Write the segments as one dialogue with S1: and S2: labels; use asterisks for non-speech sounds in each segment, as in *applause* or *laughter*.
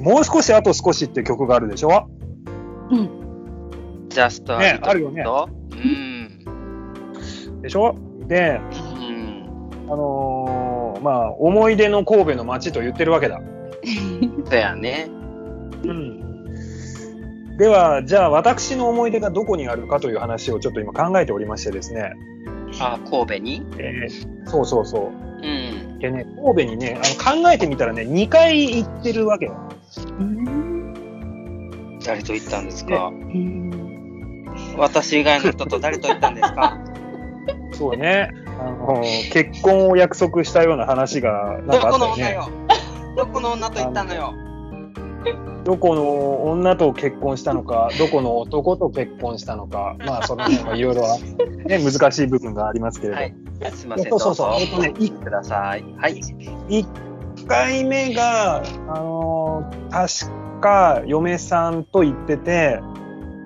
S1: もう少しあと少しって曲があるでしょ
S2: うん。
S3: ジャスト
S1: ねあるよね
S3: うん。
S1: でしょで、
S3: うん。
S1: あのーまあ、思い出の神戸の街と言ってるわけだ。
S3: だよね。
S1: うん。では、じゃあ私の思い出がどこにあるかという話をちょっと今考えておりましてですね。
S3: あ、神戸に
S1: えーそうそうそう。
S3: うん。
S1: でね、神戸にね、あの考えてみたらね、2回行ってるわけよ。
S2: うん
S3: 誰と行ったんですか
S2: うん
S3: 私以外の人と誰と行ったんですか
S1: そうね。あのー結婚を約束したような話が *laughs* なん
S3: ど
S1: かあ
S3: こ
S1: った
S3: の
S1: よ
S3: 女
S1: ね。
S3: よどこの女と行ったのよ
S1: どこの女と結婚したのか、どこの男と結婚したのか、まあその辺はいろいろあ、ね、難しい部分がありますけれど。
S3: はい。すいません。
S1: そうそうそう
S3: どぞ
S1: えっとねい
S3: ください。はい。
S1: 1回目が、あのー確か嫁さんと行ってて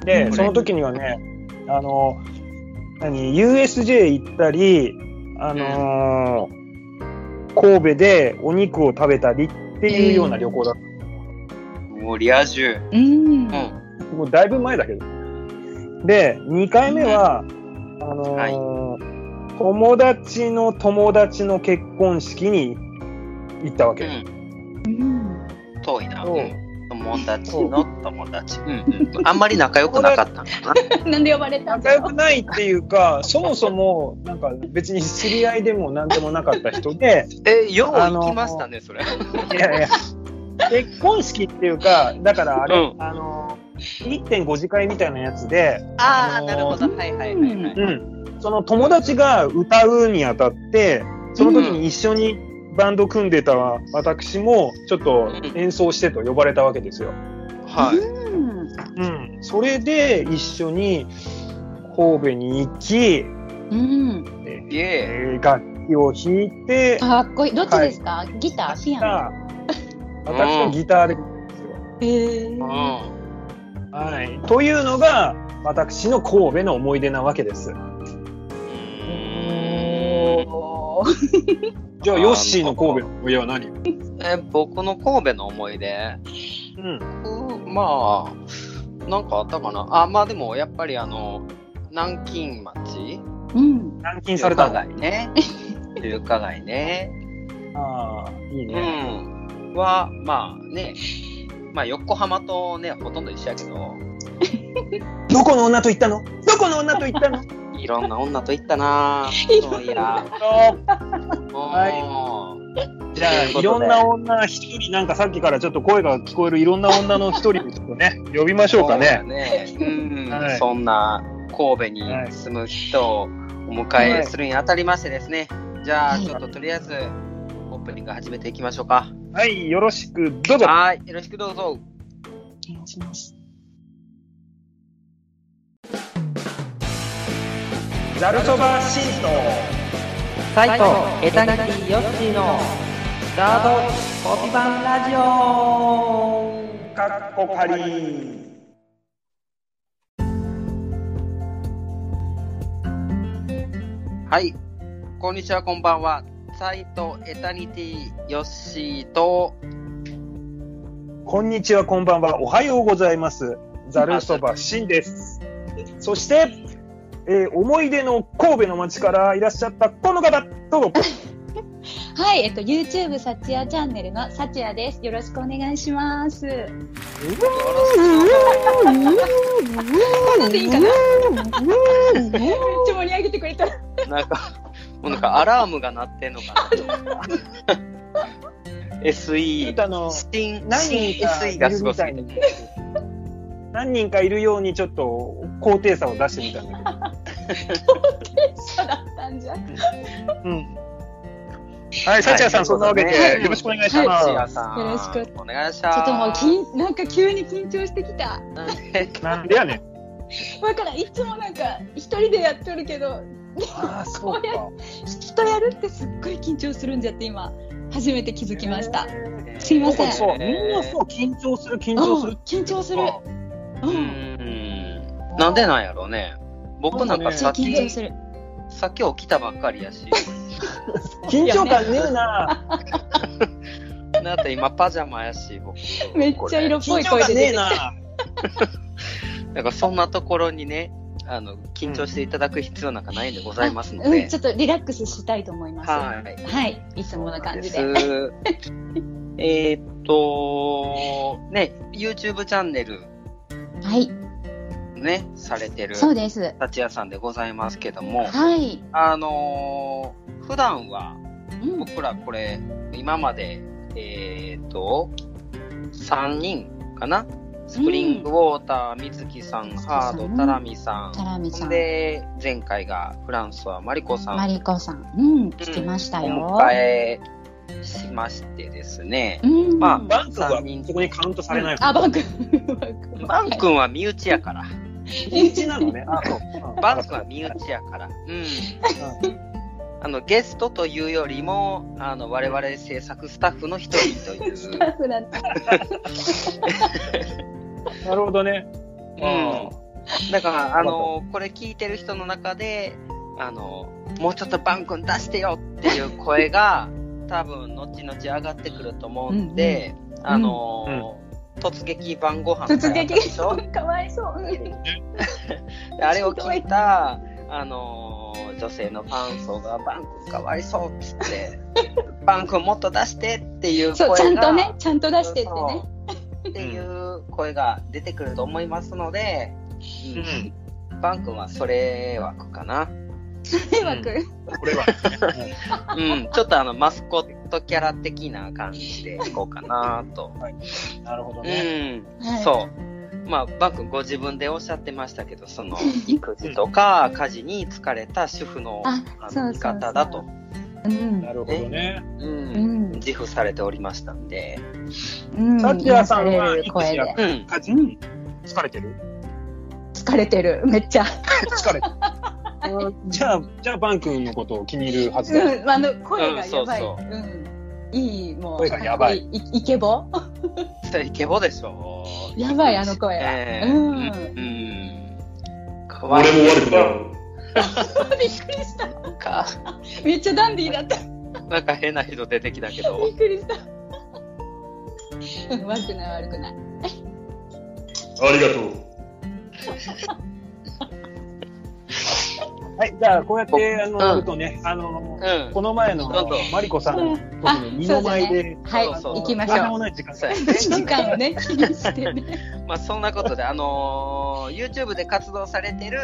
S2: う
S1: で
S2: ん
S1: その時にはね、あのー何 USJ 行ったり、あのー神戸でお肉を食べたりっていうような旅行だっ
S3: もうリア充。
S2: うん
S3: う。ん。
S1: た、もうだいぶ前だけどで2回目は、あのー
S3: はい
S1: 友達の友達の結婚式に行ったわけ。
S3: うん。
S2: うん
S3: 遠いな。
S1: そう
S3: うん友達の友達。うんうん。あんまり仲良くなかったの
S1: *laughs*
S3: かな。
S2: なんで呼ばれたん
S1: 仲
S2: だ
S1: 良
S2: ろ
S1: くないっていうか、 *laughs* そもそも、なんか別に知り合いでも何でもなかった人
S3: *laughs*
S1: で、
S3: え、よう
S1: あの
S3: 行きましたね、それ。
S1: いやいや、結婚式っていうか、だからあれ、
S3: う
S1: あの、1.5次会みたいなやつで、あ
S3: ああ、
S1: のー
S3: なるほど。はいはいはいは
S1: う
S3: い。
S1: ん、その友達が歌うにあたって、その時に一緒にバンド組んでた私も、ちょっと演奏してと呼ばれたわけですよ。
S3: はい。
S2: うん
S1: うん、それで一緒に神戸に行き、
S2: うん。
S3: イエ
S1: えー楽器を弾いて、
S2: かっこいい。どっちですかギターピア
S1: 私はギターで、
S2: ノへえ
S3: ーイ。うん。
S1: はい。というのが私の神戸の思い出なわけです。
S2: おー
S1: じゃあ
S3: あー
S1: ヨッシーの神戸の思い出は何？う
S3: え、僕の神戸の思い出。
S1: ん。
S3: うんまあ、なんかあったかな。あ、まあでも、やっぱりあの、南京町
S2: うん。
S1: 軟禁されたんだ。
S3: 中華街ね。中華街ね。
S1: ああいいうね。
S3: ん。は、まあね、まあ横浜とね、ほとんど一緒やけど、
S1: どこの女と行ったの？どこの女と行ったの？
S3: いろんな女と行ったなぁ。 *laughs* そうい
S1: は
S3: や。もう
S1: じゃあ
S3: という
S1: *laughs*
S3: ことで
S1: いろんな女一人なんかさっきからちょっと声が聞こえるいろんな女の一人をちょっと *laughs* ね呼びましょうかね。
S3: そうだねうん
S1: はい
S3: そんな神戸に住む人をお迎えするにあたりましてですね、じゃあちょっととりあえずオープニング始めていきましょうか。
S1: はいよろしくどうぞ。
S3: はい、よろしくどうぞ。
S2: お願いします。
S1: ザルそば神道。
S3: 斉藤、エタナキ、ヨッシーのガードコピバンラジオ
S1: かっこかり。
S3: はい、こんにちは、こんばんは。斉藤、エタニティ、ヨッシーと、
S1: こんにちは、こんばんは、おはようございます。ざるそばしんです。そして、えー思い出の神戸の町からいらっしゃったこの方、どうぞ。
S2: はい、えっと YouTube サチアチャンネルのサチアです。よろしくお願いします。こんなんでいいかな。めっちゃ盛り上げてくれた。
S3: なんか、 *laughs* もうなんかアラームが鳴ってんのか *laughs* な。SE、
S1: あの
S3: スティン、
S1: 何
S3: シ
S1: 人
S3: ン
S1: か
S3: SE が
S1: い
S3: す
S1: る
S3: ご
S1: み
S3: す
S1: た
S3: ぎ
S1: い
S3: て。
S1: に。何人かいるようにちょっと高低差を出してみたんだ
S2: そうだったんじゃ。
S1: けど。はい、さちやさん、そんなわけ
S3: は
S1: で
S3: い
S1: よろしくお願いし
S2: は
S1: ます。
S3: よろし
S2: よろし
S3: くお願いし
S2: ち
S3: ます。
S2: ょっともうきんなんか急に緊張してきた。
S1: なんでやねん。
S2: だからんいつもなんか一人でやっとるけど、
S1: ああ、そう
S2: か人とやるってすっごい緊張するんじゃって今初めて気づきました。すいません
S1: そう、みんなそう、緊張する、緊張す
S2: う
S1: る
S2: ん。緊張する。う。
S3: うんんなんでなんやろうね。僕なんか
S2: めっちゃ
S3: さっ
S2: 緊張
S3: き、
S2: する。
S3: さっき *laughs* 起きたばっかりやし、
S2: *laughs*
S1: 緊張感ねえな。
S3: あなた今パジャマやし、僕。
S2: めっちゃ色っぽい声で出てきた。
S1: な。
S3: なんかそんなところにね、あの、緊張していただく必要なんかないんでございますの
S2: うん、
S3: で
S2: ち。ょっとリラックスしたいと思います。は
S3: はい。
S2: い、いつもの感じで。
S3: そうなんです。えーっと、ね、YouTube チャンネル
S2: はい、
S3: ね、されてる、
S2: そうです。
S3: 達也さんでございますけども、
S2: はい、
S3: あのー普段は、
S2: うん、
S3: 僕らこれ、今まで、えーっと、3人かなスプリングウォーター、水木さん、ハード、タラミさん
S2: タ、ラミさん、
S3: で、前回がフランスはマリコさ
S2: マ
S3: ん
S2: リコさん、うん、聞きました
S3: を
S2: よ
S3: お。迎えしましてですね、
S2: うん、
S3: まあ
S1: バンクはそこにカウントされない
S2: あ、
S1: の。
S2: バンク。 *laughs* バンク
S3: バン君は身内やから。
S1: 身内なのね。あ、そう。
S3: バン君は身内やから。うん。あの、ゲストというよりも、あの、我々制作スタッフの一人という。
S2: スタッフなんだ
S1: なるほどね。
S3: うん。だから、あの、これ聞いてる人の中で、あの、もうちょっとバン君出してよっていう
S2: *laughs*
S3: 声が、多分、後々上がってくると思うんで、あの、突撃晩ご飯
S2: 突撃
S3: でしょ
S2: *laughs* かわいそう。うん
S3: であれを聞いた、あのー女性のファン層が、バンクかわいそうっつって、バンクもっと出してっていう声
S2: そ
S3: が、
S2: う、ちゃんとね、ちゃんと出してってね
S3: そ。うっていう声が出てくると思いますので、
S1: うん。
S3: うんバンクはそれ枠かな。
S2: 迷惑。
S1: これは。
S3: うん、ちょっとあの、マスコットキャラ的な感じでいこうかなと。
S1: なるほど
S3: う
S1: ね。
S3: ん、
S2: はい
S3: そう。まあ、バンクご自分でおっしゃってましたけど、その、育児とか家事に疲れた主婦の
S2: あ
S3: あ、
S2: そ
S3: の
S2: う
S3: 味
S2: そう
S3: 方だと。
S2: うん
S1: なるほどね。
S3: うん
S2: うん
S3: 自負されておりましたんで、
S2: うん。
S1: さきやさんは
S2: 癒される声で
S3: うん、
S1: 家事に疲れてる
S2: 疲れてる、めっちゃ。
S1: 疲れてる。じゃあ、じゃあ、バン君のことを気に入るはずだ。
S2: うん、あの声がやばい。
S3: うんそう
S2: うんいい、もう。
S1: 声がやばい
S2: かっこい。イケボ
S3: それイケボでしょ
S2: やばい、あの声は。
S3: ええ
S2: うん。
S3: う
S2: びっ
S3: ん、かわ
S4: 俺
S3: い
S4: も
S3: い
S4: 悪くなる。
S2: くりした。 *laughs*
S3: か、
S2: めっちゃダンディーだ
S3: *laughs*
S2: った。
S3: なんか変な人出てきたけ
S2: び
S3: ど
S2: っ、くりした。うん悪くない、悪く
S3: *laughs*
S2: ない。
S4: ありがとう。
S1: *laughs* はい、じゃあ、こうやって、あの、
S3: うん
S1: やるとね、あの、
S3: うん
S1: こ、の前の
S3: どうぞ
S1: マリコさんの時の二の前で、
S2: はい、
S3: そうそう
S2: 行きまし
S1: 時間
S2: ょ
S1: も
S2: う。
S1: ない時間
S3: そうやね
S2: 時間をね、 *laughs* 気にしてね。
S3: *laughs* まあそんなことで、あのー YouTube で活動されてる、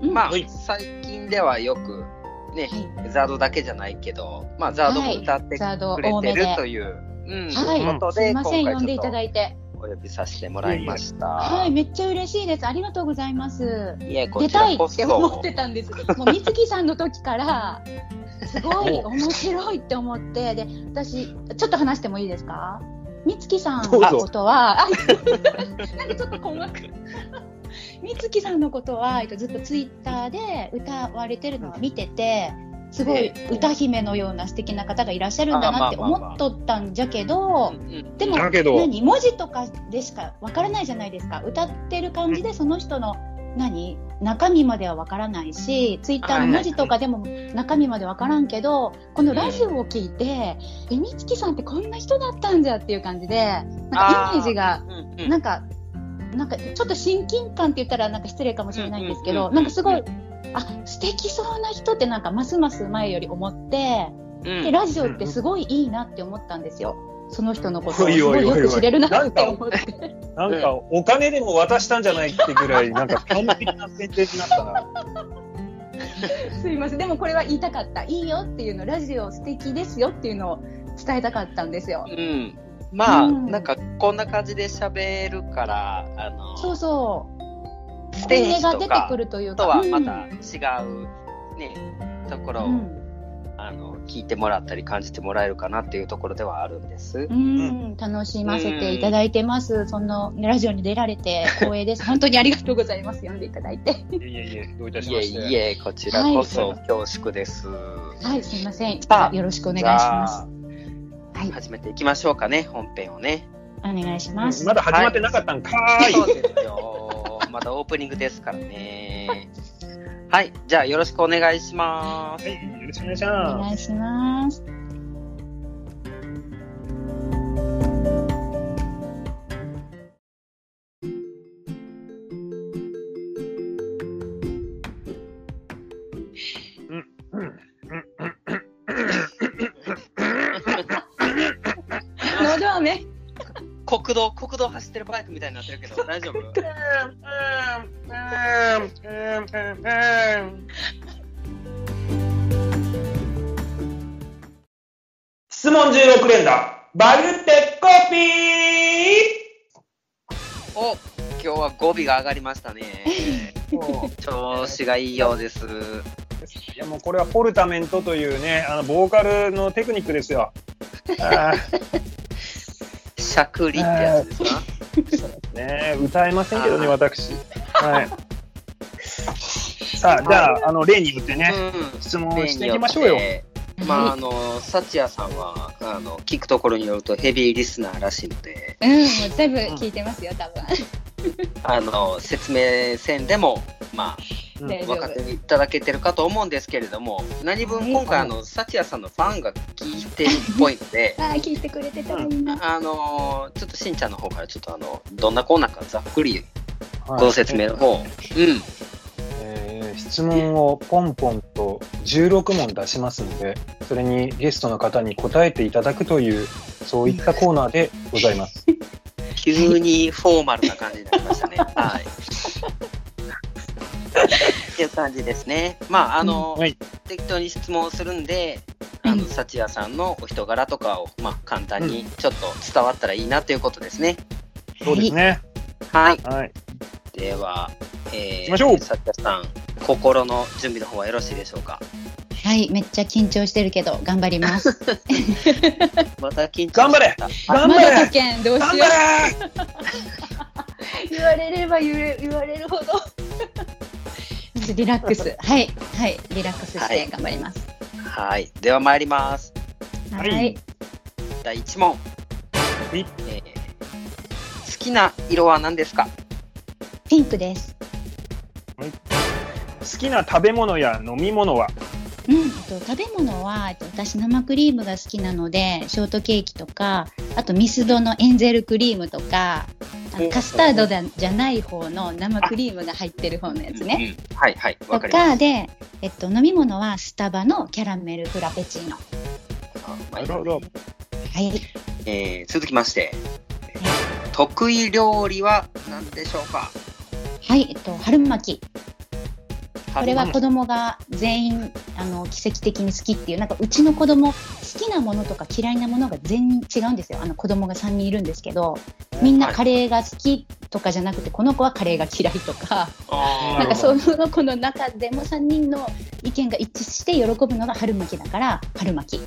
S2: うん
S3: まあ
S1: はい、
S3: 最近ではよく、ね、ザードだけじゃないけど、まあ、ザードも歌って
S2: ザード
S3: くれ
S2: 多め
S3: て
S2: で
S3: る。という、うん、
S2: はい
S3: こと
S2: す
S3: で、
S2: いません、呼んでい
S3: 今
S2: ただ
S3: 回ち
S2: いて。
S3: ょっとお呼びさせてもらいました。
S2: はい、めっちゃ嬉しいです。ありがとうございます。
S3: いえ、こ
S2: 出
S3: ち
S2: た
S3: ら
S2: い
S3: こ
S2: って思
S3: そ
S2: っ。てたんです。もう美月さんの時からすごい面白いって思って、で私ちょっと話してもいいですか？美月さんのことは、あなんかちょっと困惑。美月さんのことはえっとずっとツイッターで歌われてるのは見てて。すごい歌姫のような素敵な方がいらっしゃるんだなって思っとったんじゃけど
S3: うんうん
S2: でも
S1: だけど、
S2: 何文字とかでしかわからないじゃないですか歌ってる感じでその人の何中身まではわからないしツイッターの文字とかでも中身までわからんけどこのラジオを聞いて「えみつきさんってこんな人だったんじゃ」っていう感じでなんか
S3: あ
S2: イ
S3: ー
S2: メージが
S3: うんうん
S2: なんかなんかちょっと親近感って言ったらなんか失礼かもしれないんですけ
S3: う
S2: ど
S3: んうんうんう
S2: なん
S3: ん
S2: かすごいあ素敵そうな人ってなんかますます前より思って。
S3: うん
S2: でラジオってすごいいいなって思ったんですよ。その人のことを
S1: お
S2: す
S1: い
S2: ご
S1: おいお
S2: い
S1: いおい
S2: よく知れるなって思って。
S1: なんか、お金でも渡したんじゃないってぐらい、なんか完璧な設定になったな。
S2: すいません。でもこれは言いたかった。いいよっていうの、ラジオ素敵ですよっていうのを伝えたかったんですよ。
S3: うん、まあ、
S2: うん
S3: なんかこんな感じで喋るからあの
S2: そうそう。
S3: ス
S2: 本
S3: テー
S2: 音
S3: ジ
S2: が
S3: と
S2: 出て
S3: か
S2: くるというか。
S3: とは
S2: うん
S3: また違う、ね、ところを、
S2: うん
S3: あの聞いてもらったり感じてもらえるかなっていうところではあるんです
S2: う。ん、楽しませていただいてます。そのラジオに出られて光栄です。本当にありがとうございます。読んでいただいて。
S1: いえいえいえ、どういたし
S3: い
S1: ま
S3: え
S1: して。
S3: いえ、こちらこそ
S1: は
S3: 恐縮です。
S2: はい、すいません。
S3: さあ
S2: よろしくお願い
S3: じ
S2: し
S3: ゃ
S2: ます
S3: あ。
S2: はい、
S3: 始めていきましょうかね、本編をね。
S2: お願いし
S1: う
S2: ま
S1: ん
S2: す。
S1: まだ始まってなかったんかーい。
S3: そうですよ。まだオープニングですからね。はい、じゃあよろしくお願いします。
S1: はい、よろしくお願いし
S2: お
S1: ます。
S2: 願いします。
S5: 「
S2: ね。
S3: *laughs* 国道、国道走ってるバイクみたいになってるけど、大丈夫
S1: 質問16連打、バルテコピー
S3: お、今日は語尾が上がりましたね。調子がいいようです。
S1: いやもうこれはポルタメントというね、あのボーカルのテクニックですよ。あー
S3: しゃくりってやつですか
S1: ねえ歌えませんけどね、
S3: あー
S1: 私。はい。さあ、じゃあ、あの例によってね、質問
S3: うん。
S1: していきましょうよ。
S3: 例にってまあ、あの、サチヤさんは、あの、聞くところによるとヘビーリスナーらしいので、
S2: うん、もう全部聞いてますよ、多分。
S3: あの、説明せんでも、まあ、
S1: うん
S2: 大丈
S3: 分
S2: 夫、
S3: かっていただけてるかと思うんですけれども、何分今回、あの、サチヤさんのファンが聞いてるっぽいので
S1: *laughs*
S2: ああ、聞いてくれてたらいいな。
S3: あの、ちょっとしんちゃんの方から、ちょっとあの、どんなコーナーかざっくり
S1: はい
S3: ご説明の方、うん。
S1: えー質問をポンポンと16問出しますので、それにゲストの方に答えていただくという、そういったコーナーでござい
S2: *laughs*
S1: ます。
S3: 急にフォーマルな感じになりまし
S1: *laughs*
S3: たね。はい。っていう感じですね。まあ、あの、
S1: はい。
S3: 適当に質問するんで、あの、
S2: うん
S3: 幸也さんのお人柄とかを、まあ、簡単にちょっと伝わったらいいなということですね。
S1: そうですね。
S3: はい。
S1: はい。
S3: では、え
S1: 行きましょう
S3: 幸也さん、心の準備の方はよろしいでしょうか。
S2: はい、めっちゃ緊張してるけど、頑張り *laughs* ます。
S3: また緊張
S1: 頑張れ
S3: した
S1: 頑
S2: ま
S1: 張
S2: だ
S1: れ
S2: 他県、どう
S1: 頑
S2: しよう。
S1: 張れ
S2: 言われれば言え言われるほど。リラックス、はい、はい、リラックスし
S3: は
S2: て
S3: い
S2: 頑張ります。
S3: はい。では参ります。
S1: は
S2: はいい、
S3: 第1問。
S1: はい
S3: えー好きな色は何ですか
S2: ピンクです。
S1: 好きな食べ物や飲み物は
S2: うん、えっと食べ物はえっと私生クリームが好きなのでショートケーキとかあとミスドのエンゼルクリームとかあの
S3: お
S2: カスタードじゃじゃない方の生クリームが入ってる方のやつね。
S3: うんはいはい、わ
S2: と
S3: かりま
S2: か
S3: す。
S2: で、えっと、飲み物はスタバのキャラメルフラペチーノ。
S3: あ
S1: なるほど。
S2: はい。
S3: えー続きまして、得意料理は何でしょうか
S2: はい、えっと、春巻き。これは
S1: 春巻き
S2: 子供が全員、あの、奇跡的に好きっていう、なんかうちの子供、好きなものとか嫌いなものが全員違うんですよ。あの、子供が3人いるんですけど、みんなカレーが好きとかじゃなくて、この子はカレーが嫌いとか、
S1: ー
S2: なんか
S1: な
S2: そ
S1: る
S2: の子の中でも3人の意見が一致して喜ぶのが春巻きだから、春巻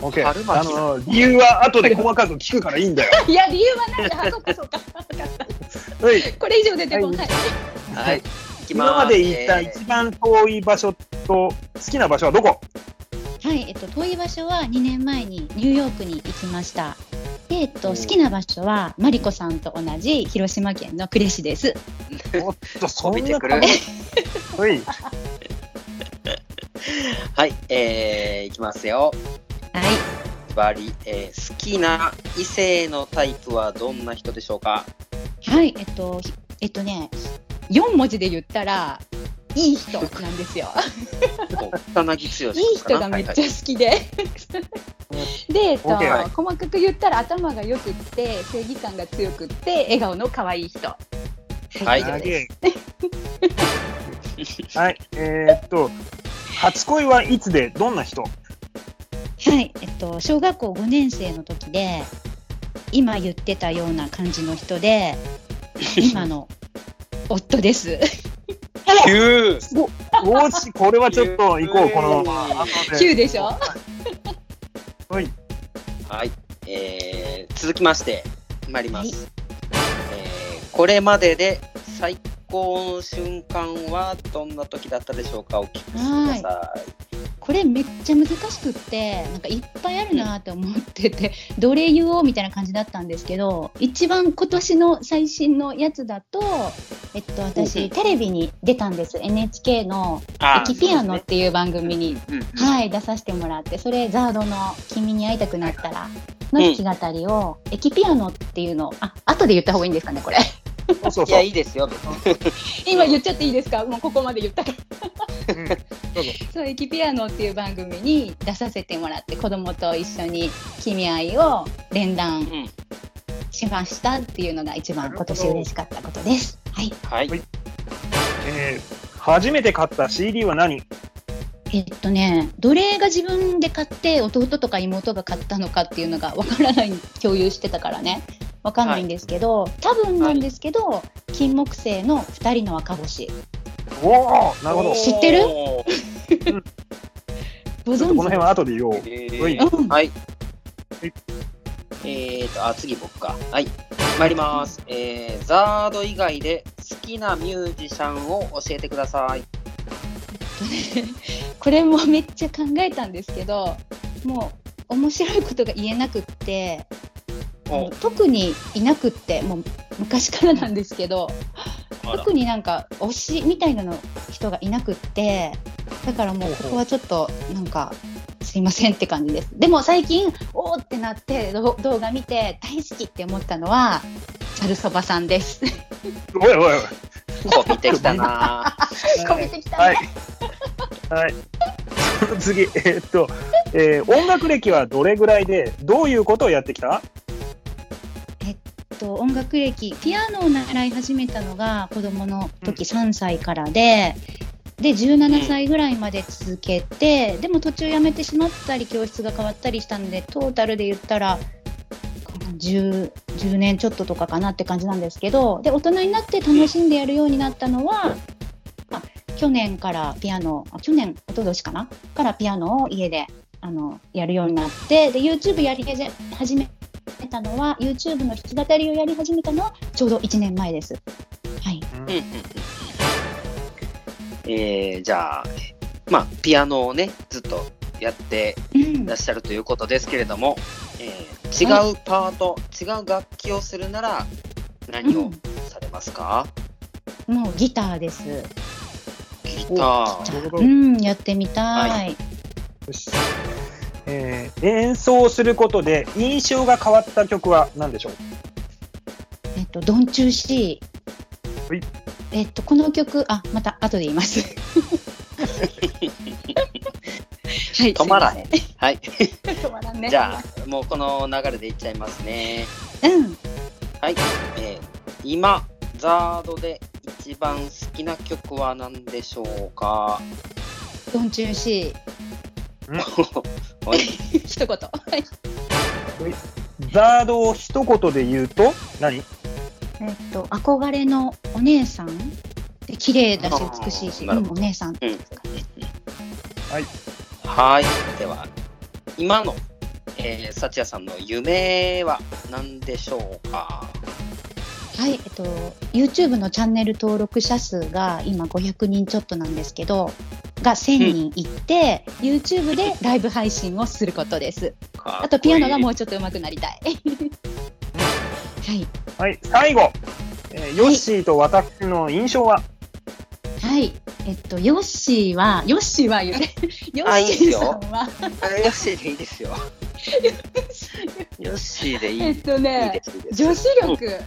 S1: OK
S3: 春巻
S1: あ
S3: き
S1: の理由は後で細かく聞くからいいんだよ。
S2: き。いや、理由はなんだ。あ、そっかそっか。わかった
S1: *laughs* はい
S2: これ以上出てこない。
S3: はい、いきます
S1: 今まで行った
S3: えー
S1: 一番遠い場所と好きな場所はどこ
S2: はい、えっと、遠い場所は2年前にニューヨークに行きました。で、えっと、
S1: お
S2: 好
S1: ー
S2: きな場所はマリコさんと同じ広島県の呉市です。
S1: おっと、そん
S3: 見て
S1: な
S3: くる
S1: 感。はい。
S3: はい、えーいきますよ。
S2: はい、
S3: ズバリ、えー好きな異性のタイプはどんな人でしょうか
S2: はい、えっと、ひえっとね、4文字で言ったら。いい人なんですよ。
S3: 草薙剛
S2: いい人がめっちゃ好きで。で、えっと、
S1: オッケー
S3: はい
S2: 細かく言ったら頭が良くって、正義感が強くって、笑顔の可愛い人。
S3: はい
S2: 以上です
S1: 長いはい、えーっと、初恋はいつでどんな人
S2: はい、えっと、小学校5年生の時で今言ってたような感じの人
S3: *laughs*
S2: で今の夫です。
S3: 急
S1: おし、これはちょっ
S3: *laughs*
S1: と行こう、このまま。
S3: ま
S2: 9でしょ
S1: はい。
S3: はい、えー続きまして、参ります、えーこれまでで最高の瞬間はどんな時だったでしょうかお聞きください。
S2: これめっちゃ難しくってなんかいっぱいあるなって思っててどれ言おうみたいな感じだったんですけど一番今年の最新のやつだと、えっと、
S3: うんう
S2: 私
S3: ん
S2: テレビに出たんです NHK の「
S3: あ
S2: エ
S3: ー
S2: キピアノ」っ。ていう番組に
S3: そうですねうんうん
S2: はい、出させてもらって、それ、ザードの君に会いたくなったらの弾き語りを、エキピアノっていうのを、あ、後で言った方がいいんですかね、これ。
S1: そうそう
S3: い
S1: そ
S3: や、
S1: う。
S3: いいですよ。別に
S2: 今言っちゃっていいですかもうここまで言ったら。
S1: どうぞ。
S2: そう、エキピアノっていう番組に出させてもらって、子供と一緒に君愛を連弾
S3: うん。
S2: しましたっていうのが一番今年嬉しかったことです。はい。
S3: はい。
S1: はいえー初めて買った CD は何
S2: えっとね、奴隷が自分で買って弟とか妹が買ったのかっていうのがわからない共有してたからねわかんないんですけど、多分なんですけど、金木犀の2人の赤星
S1: おおなるほど。
S2: 知ってる
S3: おー
S2: ご
S1: ちょっとこの
S2: 存
S1: 辺は後で言おう。
S3: え
S1: は
S2: 知、うん、
S3: はい
S1: はい。
S3: えーと、あ、次僕か。はい。参ります。えー、ザード以外で好きなミュージシャンを教えてください。
S2: これもめっちゃ考えたんですけどもう面白いことが言えなくって
S3: お
S2: 特にいなくってもう昔からなんですけど
S3: あら
S2: 特になんか推しみたいなの人がいなくってだからもうここはちょっとなんかすいませんって感じですでも最近おーってなってど動画見て大好きって思ったのはチャルそばさんです
S1: おいおいおい。
S3: こびてきたなぁ。
S2: *laughs* こびてきたな、
S1: はい。はい。 *laughs* 次、えーっと、えー音楽歴はどれぐらいで、どういうことをやってきた
S2: えっと音楽歴ピアノを習い始めたのが子供の時3歳からで、で17歳ぐらいまで続けてでも途中やめてしまったり教室が変わったりしたのでトータルで言ったら 10, 10年ちょっととかかなって感じなんですけどで大人になって楽しんでやるようになったのは、あ去年からピアノあ去年おととしかなからピアノを家であのやるようになってで YouTube やり始めたのは YouTube の弾き語りをやり始めたのはちょうど1年前です。はい、
S3: うんうんうんえー、じゃあ、まあ、ピアノをね、ずっとやって
S2: うん
S3: いらっしゃるということですけれども、えー
S2: は
S3: 違うパート、違う楽器をするなら何をされますか、
S2: もうギターです。
S3: ギター。
S1: なるほ
S2: う
S1: どよ
S2: ん、やってみたい。
S3: はい
S1: しえー演奏することで印象が変わった曲は何でしょう
S2: えっと、ドンチューシー。
S1: はい
S2: えっと、この曲、あ、また後で言い *laughs* ます。はい、
S3: 止まらへ
S2: ん。
S3: はい。
S2: 止まらんね。
S3: じゃあ、もうこの流れでいっちゃいますね。
S2: あ、うん、
S3: はい。えー今、ザードで一番好きな曲は何でしょうか *laughs*
S2: ドンチューシ
S3: はい
S2: ー、一言。 *laughs* はい。
S1: ザードを一言で言うと何
S2: えっと、憧れのお姉さん。で、綺麗だし、美しいし、
S3: あー
S2: うん、お姉さん。
S3: うん
S1: はい。
S3: はい。では、今の、えー、幸也さんの夢は何でしょうか
S2: はい、えっと、YouTube のチャンネル登録者数が今500人ちょっとなんですけど、が1000人いって、YouTube でライブ配信をすること
S3: *laughs*
S2: です。あとピアノがも
S3: う
S2: うちょっと上手くなりたい。 *laughs* はい、
S1: はい、最後、えーヨッシーと私の印象は、
S2: はい、えっと、ヨッシーは、ヨッシーは
S3: *laughs*
S2: 言うね。ヨッシーさんは、
S3: ヨッシーでいいですよ。ヨッシーでいい。
S2: え
S3: い
S2: っと
S3: い
S2: *laughs* ね
S3: で、す。いいです
S2: 女子力。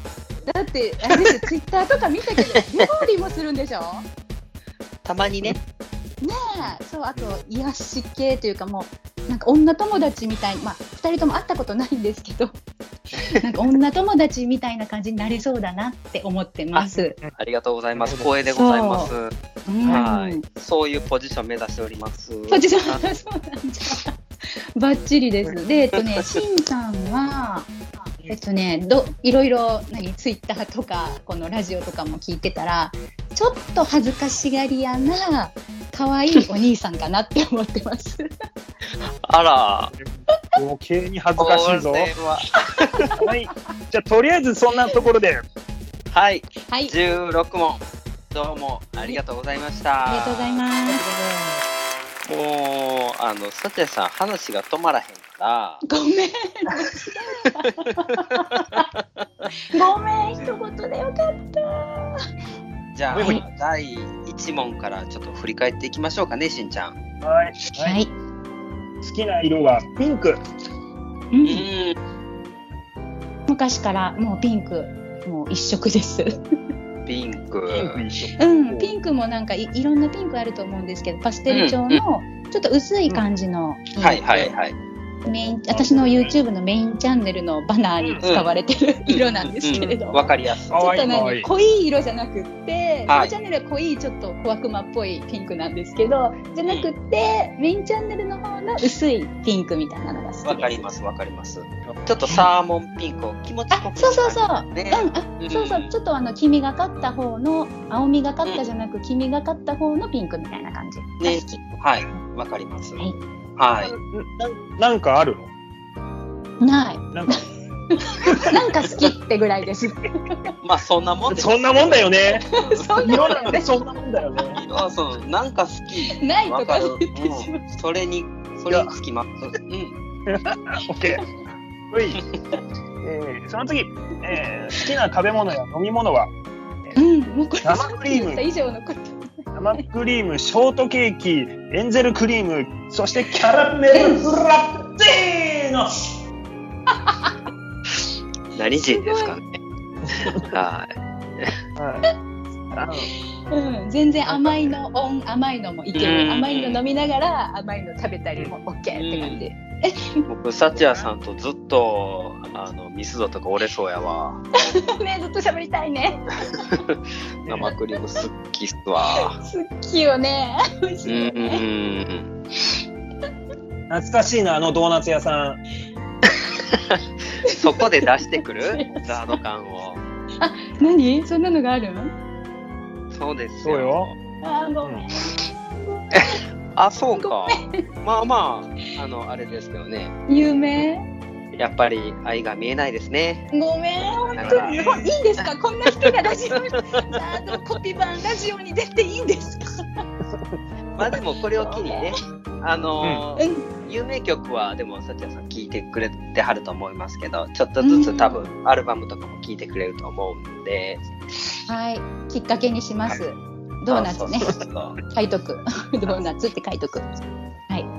S2: だって、あれです
S3: *laughs*
S2: よ、ツイッターとか見たけど、料理もするんでしょ
S3: たまにね。
S2: ねえそうあと癒し系というかもうなんか女友達みたいまあ2人とも会ったことないんですけ
S3: *laughs*
S2: どなんか女友達みたいな感じになりそうだなって思ってます。
S3: ありがとうございます。光栄でございます。
S2: うん
S3: はい。そういうポジション目指しております。
S2: ポジション
S3: あ
S2: はそうなんじゃ。バッチリです。で、えっとね、しんさんは、えっとね、どいろいろ何ツイッターとかこのラジオとかも聞いてたら、ちょっと恥ずかしがり屋な可愛いお兄さんかなって思ってます。
S3: あら。
S1: 余計に恥ずかしいぞ。
S3: こ
S1: は
S3: れは。
S1: い、じゃあとりあえずそんなところで、
S3: はい。
S2: はい、
S3: 16問。どうもありがとうございました。
S2: ありがとうございます。
S3: もう、あの、さてさん、話が止まらへんから、
S2: ごめん。ごめん、一言でよかった。
S3: じゃあ、
S1: はい
S3: 第1問からちょっと振り返っていきましょうかね、しんちゃん。
S1: はい、
S2: はい。
S1: 好きな色はピンク。
S2: う、
S3: うんん、
S2: 昔からもうピンク、もう一色です。
S3: ピンク。
S2: うん、ピンクもなんかいいろんなピンクあると思うんですけど、パステル調のちょっと薄い感じの、
S3: はいはいはい。
S2: メイン私の YouTube のメインチャンネルのバナーに使われてる色なんですけれど、
S3: う
S2: ちょ
S3: んわ
S2: っ
S3: かりやすい。
S1: 可愛
S2: と
S1: い可愛
S2: 何
S1: い
S2: 濃い色じゃなくって、メイ
S3: はい
S2: ンチャンネルは濃いちょっと小悪魔っぽいピンクなんですけど、じゃなくってメインチャンネルの方の薄いピンクみたいなのが好きです。
S3: わかりますわかります。ちょっとサーモンピンクを気持ちよ
S2: あ
S3: く、
S2: そうそうそう。
S3: ね
S2: うん、あ、そうそうう、
S3: ん
S2: ちょっとあの黄みがかった方の、青みがかったじゃなく、黄みがかった方のピンクみたいな感じ。
S3: ね
S2: 大好き。
S3: はい、わかります。
S2: は
S3: はいい。
S1: ななんかあるの
S2: ない、
S1: なんか、
S2: なんか好きってぐらいです。
S3: まあ、そんなもんです。
S1: *laughs* そんなもん
S3: *laughs*
S1: だよね。
S2: そんな
S1: 色
S2: こ
S1: な
S2: と
S1: んて
S2: ね
S1: そんなもんだよね。
S3: あそう、なんか好き。
S2: ない
S3: わ
S2: と
S3: か
S2: か
S3: る。
S2: 言ってしまう。
S3: うんそれに、それにつきます。うん。
S1: オッケー。うい。えー、その次、えー、好きな食べ物や飲み物は、
S2: うん、もうこれ
S1: 生
S2: さっ
S1: ク
S2: き
S1: リーム
S2: 言った以上のこと。
S1: 生クリーム、ショートケーキ、エンゼルクリーム、そしてキャラメルフラッテーノ。
S3: 何人で
S2: *laughs*
S3: すかね。はい。
S1: はい
S2: うん、全然甘いのオン、甘いのもいけ
S3: うん
S2: る。甘いの飲みながら、甘いの食べたりもオッケーって感じ。
S3: 僕、サチアさんとずっと、あの、ミスドとか折れそうやわ。
S2: *laughs* ね、ずっと喋りたいね。
S3: 生クリーム好きっすわ。
S2: 好きよね。美味
S3: う
S2: しいよね。
S3: ん。
S1: 懐かしいな、あのドーナツ屋さん。
S3: そこで出して
S2: *laughs*
S3: くるザード感を。
S2: *laughs* 何、そんなのがある。
S3: そうです
S1: そうよ
S2: あー、ごめん。
S3: あ、そうか。まあまあ、あの、あれですけどね。
S2: 有名。
S3: やっぱり愛が見えないですね。
S2: ごめん、本当に。もういいんです
S3: *laughs*
S2: か、こんな人がラジオに、あのコピバンラジオに出ていいんですか。
S3: まあでもこれを機にね、あの
S2: う
S3: ー
S2: ん、
S3: 有名曲はでもさちやさん聞いてくれてはると思いますけど、ちょっとずつ多分アルバムとかも聞いてくれると思うんで、
S2: はい、きっかけにします。ドーナツね
S3: あ、そうそうそう
S2: 書いとく。
S3: *laughs*
S2: ドーナツって書いとく。